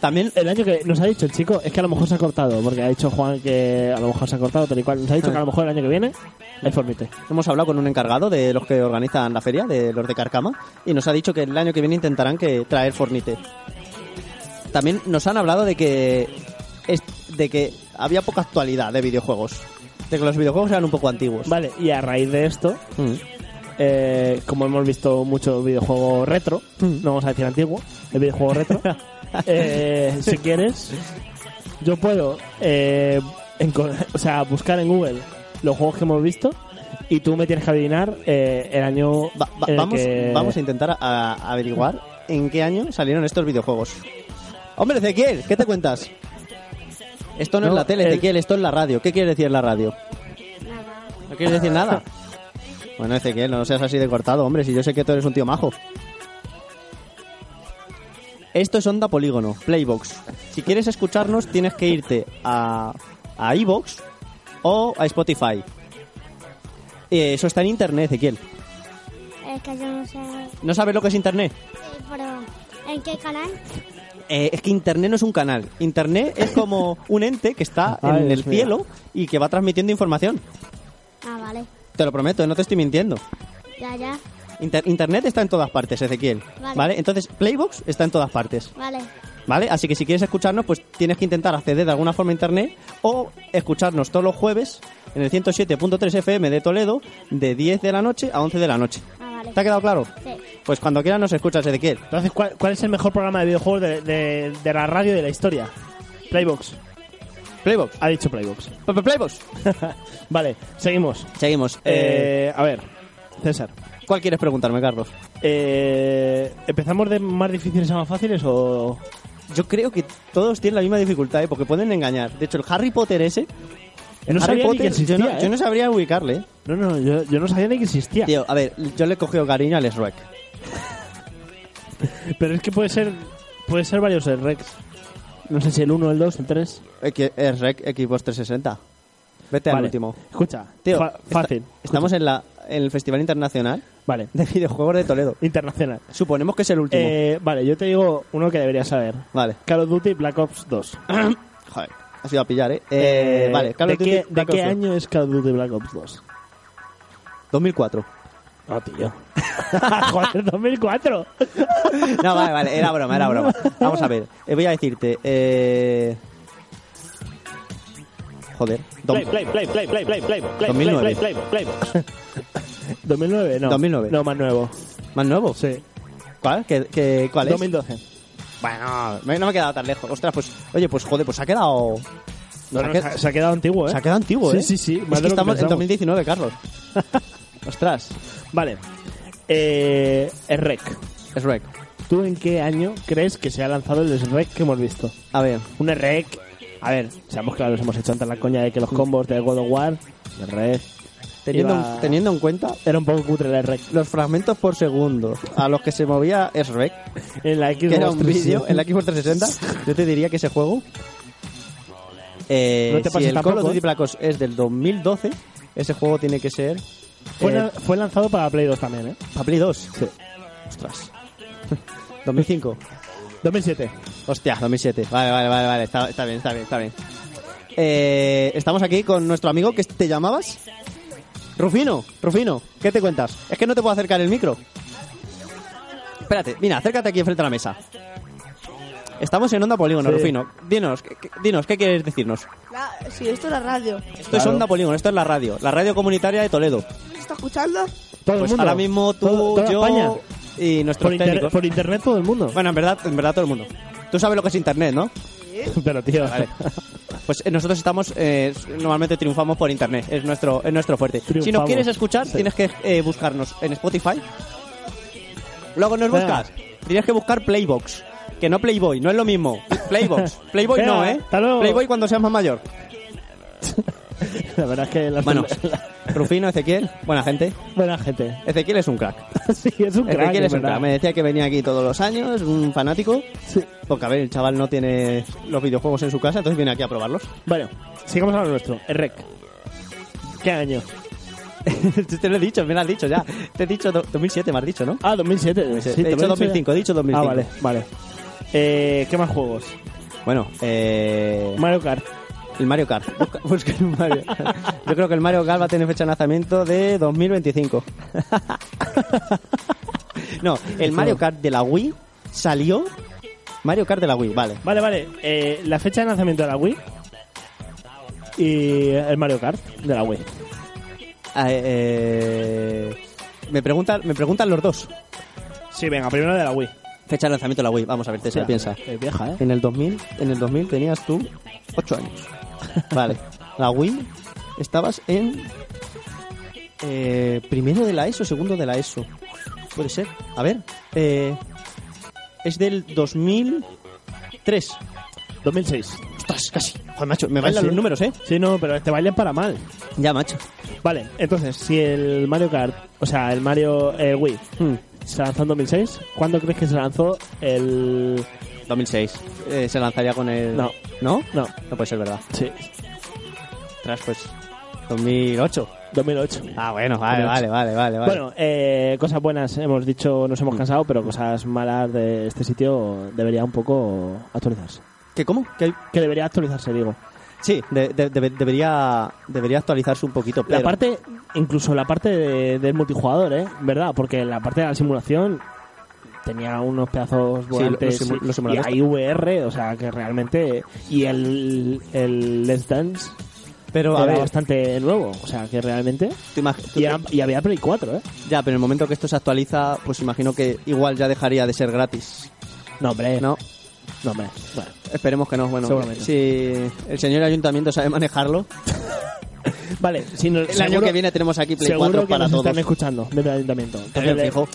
Speaker 1: También
Speaker 2: El año que nos ha dicho el chico es que a lo mejor se ha cortado, porque ha dicho Juan que a lo mejor se ha cortado tal y cual. Nos ha dicho que a lo mejor el año que viene hay Fornite.
Speaker 1: hemos hablado con un encargado de los que organizan la feria, de los de Carcama, y nos ha dicho que el año que viene intentarán que traer Fornite. También nos han hablado de que es- de que había poca actualidad de videojuegos, de que los videojuegos eran un poco antiguos.
Speaker 2: Vale, y a raíz de esto,
Speaker 1: Mm.
Speaker 2: eh, como hemos visto mucho videojuego retro, no vamos a decir antiguo, el videojuego retro, eh, si quieres, yo puedo eh, encon- o sea, buscar en Google los juegos que hemos visto y tú me tienes que adivinar eh, el año
Speaker 1: Va- va-
Speaker 2: en el
Speaker 1: vamos,
Speaker 2: que-
Speaker 1: vamos a intentar a- a averiguar en qué año salieron estos videojuegos. Hombre, Ezequiel, ¿qué te cuentas? Esto no, es la tele,
Speaker 5: el-
Speaker 1: Ezequiel, esto es la radio. ¿Qué quiere decir la radio? ¿No quieres decir nada? Bueno, Ezequiel, no seas así de cortado, hombre, si yo sé que tú eres un tío majo. Esto es Onda Polígono, Playbox. Si quieres escucharnos, tienes que irte a, a iVox o a Spotify. Eh, Eso está en internet, Ezequiel.
Speaker 6: Es que yo no sé.
Speaker 1: ¿No sabes lo que es internet?
Speaker 6: Sí, pero. ¿En qué canal?
Speaker 1: Eh, es que Internet no es un canal. Internet es como un ente que está
Speaker 5: Ay,
Speaker 1: en el
Speaker 5: Dios mío.
Speaker 1: cielo y que va transmitiendo información.
Speaker 6: Ah, vale.
Speaker 1: Te lo prometo, no te estoy mintiendo.
Speaker 6: Ya, ya.
Speaker 1: Inter- Internet está en todas partes, Ezequiel.
Speaker 6: Vale.
Speaker 1: Vale. Entonces, Playbox está en todas partes.
Speaker 6: Vale.
Speaker 1: ¿Vale? Así que si quieres escucharnos, pues tienes que intentar acceder de alguna forma a Internet o escucharnos todos los jueves en el 107.3 FM de Toledo de 10 de la noche a 11 de la noche.
Speaker 6: Ah, vale.
Speaker 1: ¿Te ha quedado claro?
Speaker 6: Sí.
Speaker 1: Pues cuando quieras nos escuchas, Ezequiel.
Speaker 2: Entonces, ¿cuál, cuál es el mejor programa de videojuegos de, de- de la radio y de la historia? Playbox.
Speaker 1: Playbox.
Speaker 2: Ha dicho Playbox.
Speaker 1: P- p- Playbox.
Speaker 2: Vale, seguimos.
Speaker 1: Seguimos. Eh,
Speaker 2: Eh, a ver, César.
Speaker 1: ¿Cuál quieres preguntarme, Carlos?
Speaker 2: eh, ¿Empezamos de más difíciles a más fáciles o...?
Speaker 1: Yo creo que todos tienen la misma dificultad, ¿eh? porque pueden engañar. De hecho, el Harry Potter ese.
Speaker 2: No
Speaker 1: Harry
Speaker 2: sabía ni que existía,
Speaker 1: yo, no,
Speaker 2: ¿eh?
Speaker 1: yo no sabría ubicarle. ¿eh?
Speaker 2: No, no, yo, yo no sabía ni que existía.
Speaker 1: Tío, a ver, yo le he cogido cariño al Shrek.
Speaker 2: Pero es que puede ser puede ser varios el Rex. No sé si el 1, el 2, el 3.
Speaker 1: X- eh, Shrek Xbox 360. Vete al último.
Speaker 2: Escucha,
Speaker 1: Tío,
Speaker 2: fa-
Speaker 1: esta-
Speaker 2: fácil.
Speaker 1: estamos en, la, en el Festival Internacional
Speaker 2: Vale,
Speaker 1: de Videojuegos de Toledo.
Speaker 2: internacional.
Speaker 1: Suponemos que es el último.
Speaker 2: Eh, vale, yo te digo uno que deberías saber.
Speaker 1: Vale.
Speaker 2: Call of Duty Black Ops 2.
Speaker 1: Joder, ha sido a pillar, ¿eh? Eh, vale, Call of
Speaker 2: ¿De
Speaker 1: Duty
Speaker 2: qué,
Speaker 1: Black
Speaker 2: de qué
Speaker 1: Ops
Speaker 2: año es Call of Duty Black Ops 2?
Speaker 1: 2004.
Speaker 2: No, tío. Joder, 2004.
Speaker 1: No, vale, vale, era broma, era broma. Vamos a ver, eh, voy a decirte. Eh... Joder, dom-
Speaker 3: Play, play, play, play, play, play, play, play,
Speaker 1: 2009.
Speaker 3: play, play, play, play.
Speaker 2: 2009, no.
Speaker 1: 2009.
Speaker 2: No, más nuevo.
Speaker 1: ¿Más nuevo?
Speaker 2: Sí.
Speaker 1: ¿Cuál? ¿Qué, qué, cuál es?
Speaker 2: 2012.
Speaker 1: Bueno, me- no me he quedado tan lejos. Ostras, pues, oye, pues joder, pues se ha quedado.
Speaker 2: No,
Speaker 1: se, ha
Speaker 2: no,
Speaker 1: qued-
Speaker 2: se, ha, se ha quedado antiguo, ¿eh?
Speaker 1: se ha quedado antiguo,
Speaker 2: Sí,
Speaker 1: ¿eh?
Speaker 2: sí, sí,
Speaker 1: Es que
Speaker 2: más de lo que
Speaker 1: estamos en
Speaker 2: pensamos.
Speaker 1: 2019, Carlos. Ostras,
Speaker 2: Vale. Eh, el Rec.
Speaker 1: es rec.
Speaker 2: ¿Tú en qué año crees que se ha lanzado el Rec que hemos visto?
Speaker 1: A ver,
Speaker 2: Un rec. A ver, seamos claros, hemos hecho antes la coña de que los combos de God of War, el rec,
Speaker 1: teniendo,
Speaker 2: Iba-
Speaker 1: en- teniendo en cuenta
Speaker 2: era un poco cutre el rec.
Speaker 1: los fragmentos por segundo a los que se movía es rec,
Speaker 2: En la Xbox
Speaker 1: que era un
Speaker 2: 360.
Speaker 1: vídeo en la Xbox 360, yo te diría que ese juego. Eh,
Speaker 2: No te
Speaker 1: si
Speaker 2: pases
Speaker 1: el Call of
Speaker 2: tampoco,
Speaker 1: Duty
Speaker 2: ¿eh?
Speaker 1: Black Ops es del 2012, ese juego tiene que ser.
Speaker 2: Fue,
Speaker 1: eh,
Speaker 2: na- fue lanzado para Play 2 también, ¿eh?
Speaker 1: para Play 2. Ostras. 2005.
Speaker 2: 2007.
Speaker 1: Hostia, 2007. Vale, vale, vale, vale. Está, está bien, está bien, está bien. Eh, estamos aquí con nuestro amigo que te llamabas. Rufino, Rufino, ¿qué te cuentas? Es que no te puedo acercar el micro. Espérate, mira, acércate aquí enfrente a la mesa. Estamos en Onda Polígono,
Speaker 2: Sí.
Speaker 1: Rufino. Dinos, ¿qué- qué- dinos, ¿qué quieres decirnos?
Speaker 7: La- sí, esto es la radio.
Speaker 1: Esto es Onda Polígono, esto es la radio, la radio comunitaria de Toledo.
Speaker 7: ¿Se está escuchando?
Speaker 2: Todo
Speaker 1: Pues
Speaker 2: el mundo.
Speaker 1: ahora mismo tú,
Speaker 2: Todo- toda
Speaker 1: yo
Speaker 2: España.
Speaker 1: y nuestros
Speaker 2: Por, inter-
Speaker 1: técnicos.
Speaker 2: por internet todo el mundo.
Speaker 1: Bueno, en verdad, en verdad todo el mundo. Tú sabes lo que es internet, ¿no?
Speaker 2: Pero tío,
Speaker 1: Vale. Pues eh, nosotros estamos, eh, normalmente triunfamos por internet, es nuestro, es nuestro fuerte. Si nos
Speaker 2: Triunfamos.
Speaker 1: quieres escuchar,
Speaker 2: Sí.
Speaker 1: tienes que eh, buscarnos en Spotify. Luego nos
Speaker 2: Venga.
Speaker 1: buscas. Tienes que buscar Playbox, que no Playboy, no es lo mismo. Playbox, Playboy
Speaker 2: Venga,
Speaker 1: no, ¿eh?
Speaker 2: hasta luego.
Speaker 1: Playboy cuando seas más mayor.
Speaker 2: la verdad es que la,
Speaker 1: Bueno,
Speaker 2: la-
Speaker 1: Rufino, Ezequiel, buena gente.
Speaker 2: buena gente.
Speaker 1: Ezequiel es un crack.
Speaker 2: sí, es un crack,
Speaker 1: Ezequiel
Speaker 2: de
Speaker 1: es un
Speaker 2: verdad.
Speaker 1: crack. Me decía que venía aquí todos los años, un fanático.
Speaker 2: Sí.
Speaker 1: Porque a ver, el chaval no tiene los videojuegos en su casa, entonces viene aquí a probarlos.
Speaker 2: Bueno, sigamos a lo nuestro. El rec. ¿Qué año?
Speaker 1: te lo he dicho, me lo has dicho ya. Te he dicho do- 2007, me has dicho, ¿no?
Speaker 2: Ah, 2007.
Speaker 1: He dicho 2005, he dicho 2005.
Speaker 2: Ah, vale, vale. Eh, ¿Qué más juegos?
Speaker 1: Bueno, eh,
Speaker 2: Mario Kart.
Speaker 1: el Mario Kart. Busca, busca el Mario Kart. Yo creo que el Mario Kart va a tener fecha de lanzamiento de 2025. no, el Mario Kart de la Wii salió. Mario Kart de la Wii, vale.
Speaker 2: Vale, vale. eh, la fecha de lanzamiento de la Wii y el Mario Kart de la Wii.
Speaker 1: Ah, eh, eh, me, preguntan, me preguntan los dos.
Speaker 2: Sí, venga, primero de la Wii.
Speaker 1: Fecha de lanzamiento de la Wii. Vamos a ver, te
Speaker 2: Espera,
Speaker 1: piensa.
Speaker 2: Es vieja, ¿eh?
Speaker 1: En el 2000, en el 2000 tenías tú 8 años. Vale. La Wii estabas en eh, primero de la ESO, segundo de la ESO. Puede ser. A ver. eh, es del 2003.
Speaker 2: 2006.
Speaker 1: Ostras, casi. Joder, macho, me bailan los números, ¿eh?
Speaker 2: Sí, no, pero te bailan para mal.
Speaker 1: Ya, macho.
Speaker 2: Vale, entonces, si el Mario Kart, o sea, el Mario el Wii,
Speaker 1: Hmm.
Speaker 2: se lanzó en 2006, ¿cuándo crees que se lanzó el...
Speaker 1: 2006. Eh, se lanzaría con el...
Speaker 2: No.
Speaker 1: ¿No?
Speaker 2: No,
Speaker 1: No puede ser verdad.
Speaker 2: sí,
Speaker 1: Tras, pues, 2008.
Speaker 2: 2008.
Speaker 1: Ah, bueno, vale,
Speaker 2: 2008.
Speaker 1: vale, vale, vale. vale.
Speaker 2: Bueno, eh, cosas buenas hemos dicho, nos
Speaker 1: Hmm.
Speaker 2: hemos cansado, pero cosas malas de este sitio debería un poco actualizarse.
Speaker 1: ¿Qué, cómo? ¿Qué hay?
Speaker 2: Que debería actualizarse, digo.
Speaker 1: Sí, de- de- debe- debería, debería actualizarse un poquito, pero...
Speaker 2: La parte, incluso la parte de- del multijugador, ¿eh? ¿Verdad? Porque la parte de la simulación tenía unos pedazos volantes
Speaker 1: los simu- los
Speaker 2: y,
Speaker 1: simuladores.
Speaker 2: hay VR, o sea, que realmente... Y el, el Let's Dance
Speaker 1: Pero, a
Speaker 2: era
Speaker 1: ver,
Speaker 2: bastante nuevo, o sea, que realmente...
Speaker 1: tú imag- tú-
Speaker 2: Y, era- y había Play 4, ¿eh?
Speaker 1: ya, pero en el momento que esto se actualiza, pues imagino que igual ya dejaría de ser gratis,
Speaker 2: No, hombre, no,
Speaker 1: ¿no?
Speaker 2: hombre. Bueno,
Speaker 1: Esperemos que no, bueno,
Speaker 2: Eh. Seguramente.
Speaker 1: si el señor ayuntamiento sabe manejarlo,
Speaker 2: vale, si no-
Speaker 1: el año
Speaker 2: seguro-
Speaker 1: que viene tenemos aquí Play
Speaker 2: seguro
Speaker 1: 4
Speaker 2: que
Speaker 1: para
Speaker 2: nos
Speaker 1: todos.
Speaker 2: están escuchando desde el ayuntamiento.
Speaker 1: Eh,
Speaker 2: Entonces, le-
Speaker 1: fijo,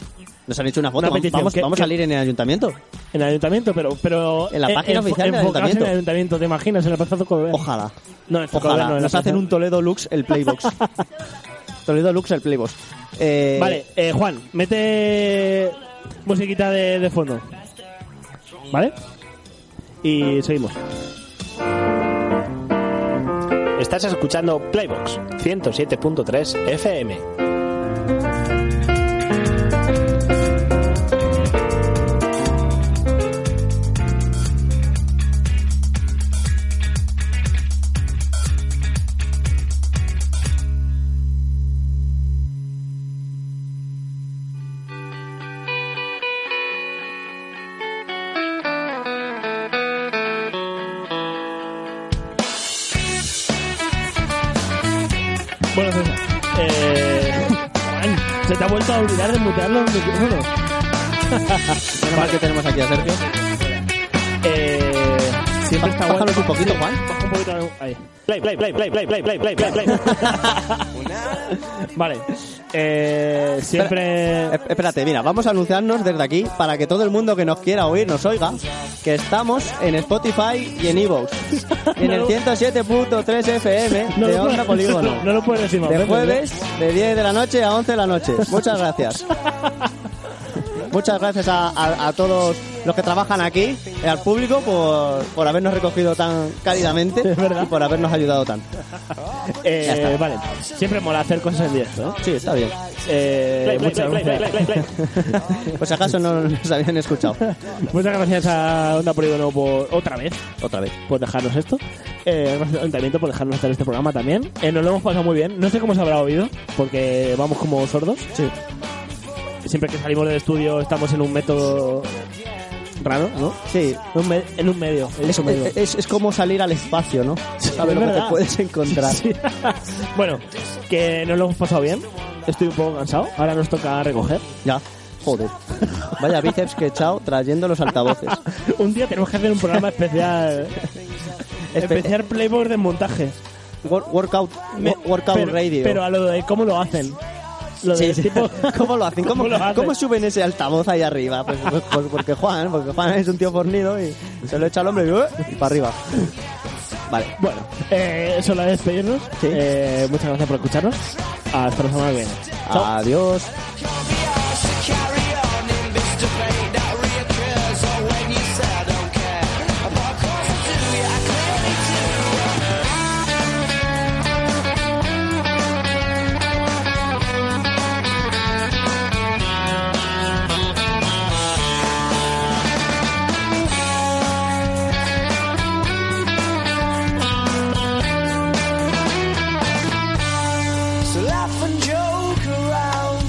Speaker 1: nos han hecho una foto,
Speaker 2: Una
Speaker 1: vamos-
Speaker 2: petición,
Speaker 1: vamos,
Speaker 2: que-
Speaker 1: vamos
Speaker 2: que-
Speaker 1: a salir en el ayuntamiento.
Speaker 2: En el ayuntamiento, pero... pero
Speaker 1: En la página oficial del
Speaker 2: enfocarse
Speaker 1: ayuntamiento.
Speaker 2: en el ayuntamiento, ¿te imaginas? En el Plaza Zocodover.
Speaker 1: Ojalá,
Speaker 2: No, en Zocodover no,
Speaker 1: ojalá.
Speaker 2: en la
Speaker 1: Nos hacen
Speaker 2: Plaza-
Speaker 1: un Toledo Lux el Playbox. Toledo Lux el Playbox. Eh,
Speaker 2: Vale, eh, Juan, mete musiquita de, de fondo. ¿Vale? Y seguimos.
Speaker 3: Estás escuchando Playbox 107.3 FM.
Speaker 2: Bueno, César. Eh, Juan, se te ha vuelto a olvidar de mutear los micrófonos.
Speaker 1: menos mal que tenemos aquí a Sergio.
Speaker 2: Eh, siempre está bueno.
Speaker 1: Bájalos un poquito, Juan.
Speaker 2: Baja un poquito. Ahí.
Speaker 3: Play, play, play, play, play, play, play, play, play, play.
Speaker 2: Vale. Eh, siempre.
Speaker 1: Eh, Espérate, mira, vamos a anunciarnos desde aquí para que todo el mundo que nos quiera oír nos oiga que estamos en Spotify y en Evox. En el 107.3 FM de
Speaker 2: lo
Speaker 1: Onda
Speaker 2: puedes-
Speaker 1: Polígono.
Speaker 2: No, lo ¿eh? puedes decir más
Speaker 1: De
Speaker 2: veces,
Speaker 1: jueves de 10 de la noche a 11 de la noche. Muchas gracias. Muchas gracias a, a- a todos los que trabajan aquí, y al público, por, por habernos recogido tan cálidamente y por habernos ayudado tanto.
Speaker 2: ¿no? Eh,
Speaker 1: Ya está.
Speaker 2: vale. Siempre mola hacer cosas en directo, ¿no?
Speaker 1: Sí, está bien.
Speaker 2: Eh,
Speaker 3: Play, play,
Speaker 2: muchas
Speaker 3: play, play,
Speaker 2: gracias.
Speaker 3: play, play, play.
Speaker 1: Pues acaso no nos habían escuchado.
Speaker 2: Muchas gracias a Onda Polígono por otra vez
Speaker 1: Otra vez.
Speaker 2: por dejarnos esto. Eh, gracias al Ayuntamiento por dejarnos hacer este programa también. Eh, nos lo hemos pasado muy bien. No sé cómo se habrá oído, porque vamos como sordos. Sí. Siempre que salimos del estudio estamos en un método raro, ¿no?
Speaker 1: Sí,
Speaker 2: Un me- en un medio. he
Speaker 1: Es,
Speaker 2: dicho medio.
Speaker 1: Eh, es- es- es como salir al espacio, ¿no? Sabes
Speaker 2: es
Speaker 1: lo que te
Speaker 2: verdad.
Speaker 1: puedes encontrar.
Speaker 2: Sí. bueno, que nos lo hemos pasado bien. Estoy un poco cansado. Ahora nos toca recoger.
Speaker 1: Ya, joder. Vaya bíceps que he echado trayendo los altavoces.
Speaker 2: un día tenemos que hacer un programa especial. especial Playboy de montajes.
Speaker 1: Este, eh, Wor- workout
Speaker 2: Me-
Speaker 1: wo- workout
Speaker 2: pero,
Speaker 1: radio.
Speaker 2: Pero a lo de cómo lo hacen. Lo
Speaker 1: Sí,
Speaker 2: de
Speaker 1: sí.
Speaker 2: tipo-
Speaker 1: ¿Cómo lo hacen? ¿Cómo,
Speaker 2: ¿Cómo lo hacen?
Speaker 1: cómo suben ese altavoz ahí arriba? Pues, pues- pues porque Juan, porque Juan es un tío fornido y se lo echa al hombre y, ¡eh! y para arriba. Vale.
Speaker 2: Bueno, eh, solo de despedirnos.
Speaker 1: Sí.
Speaker 2: Eh, muchas gracias por escucharnos. Hasta la semana que viene. Chao.
Speaker 1: Adiós.
Speaker 12: So laugh and joke around.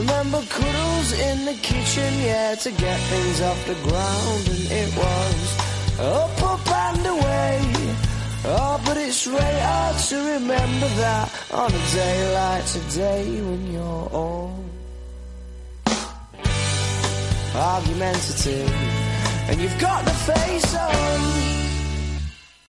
Speaker 12: Remember cuddles in the kitchen, yeah, to get things off the ground. And it was up, up and away. Oh, but it's really hard to remember that on a day like today when you're all argumentative and you've got the face on.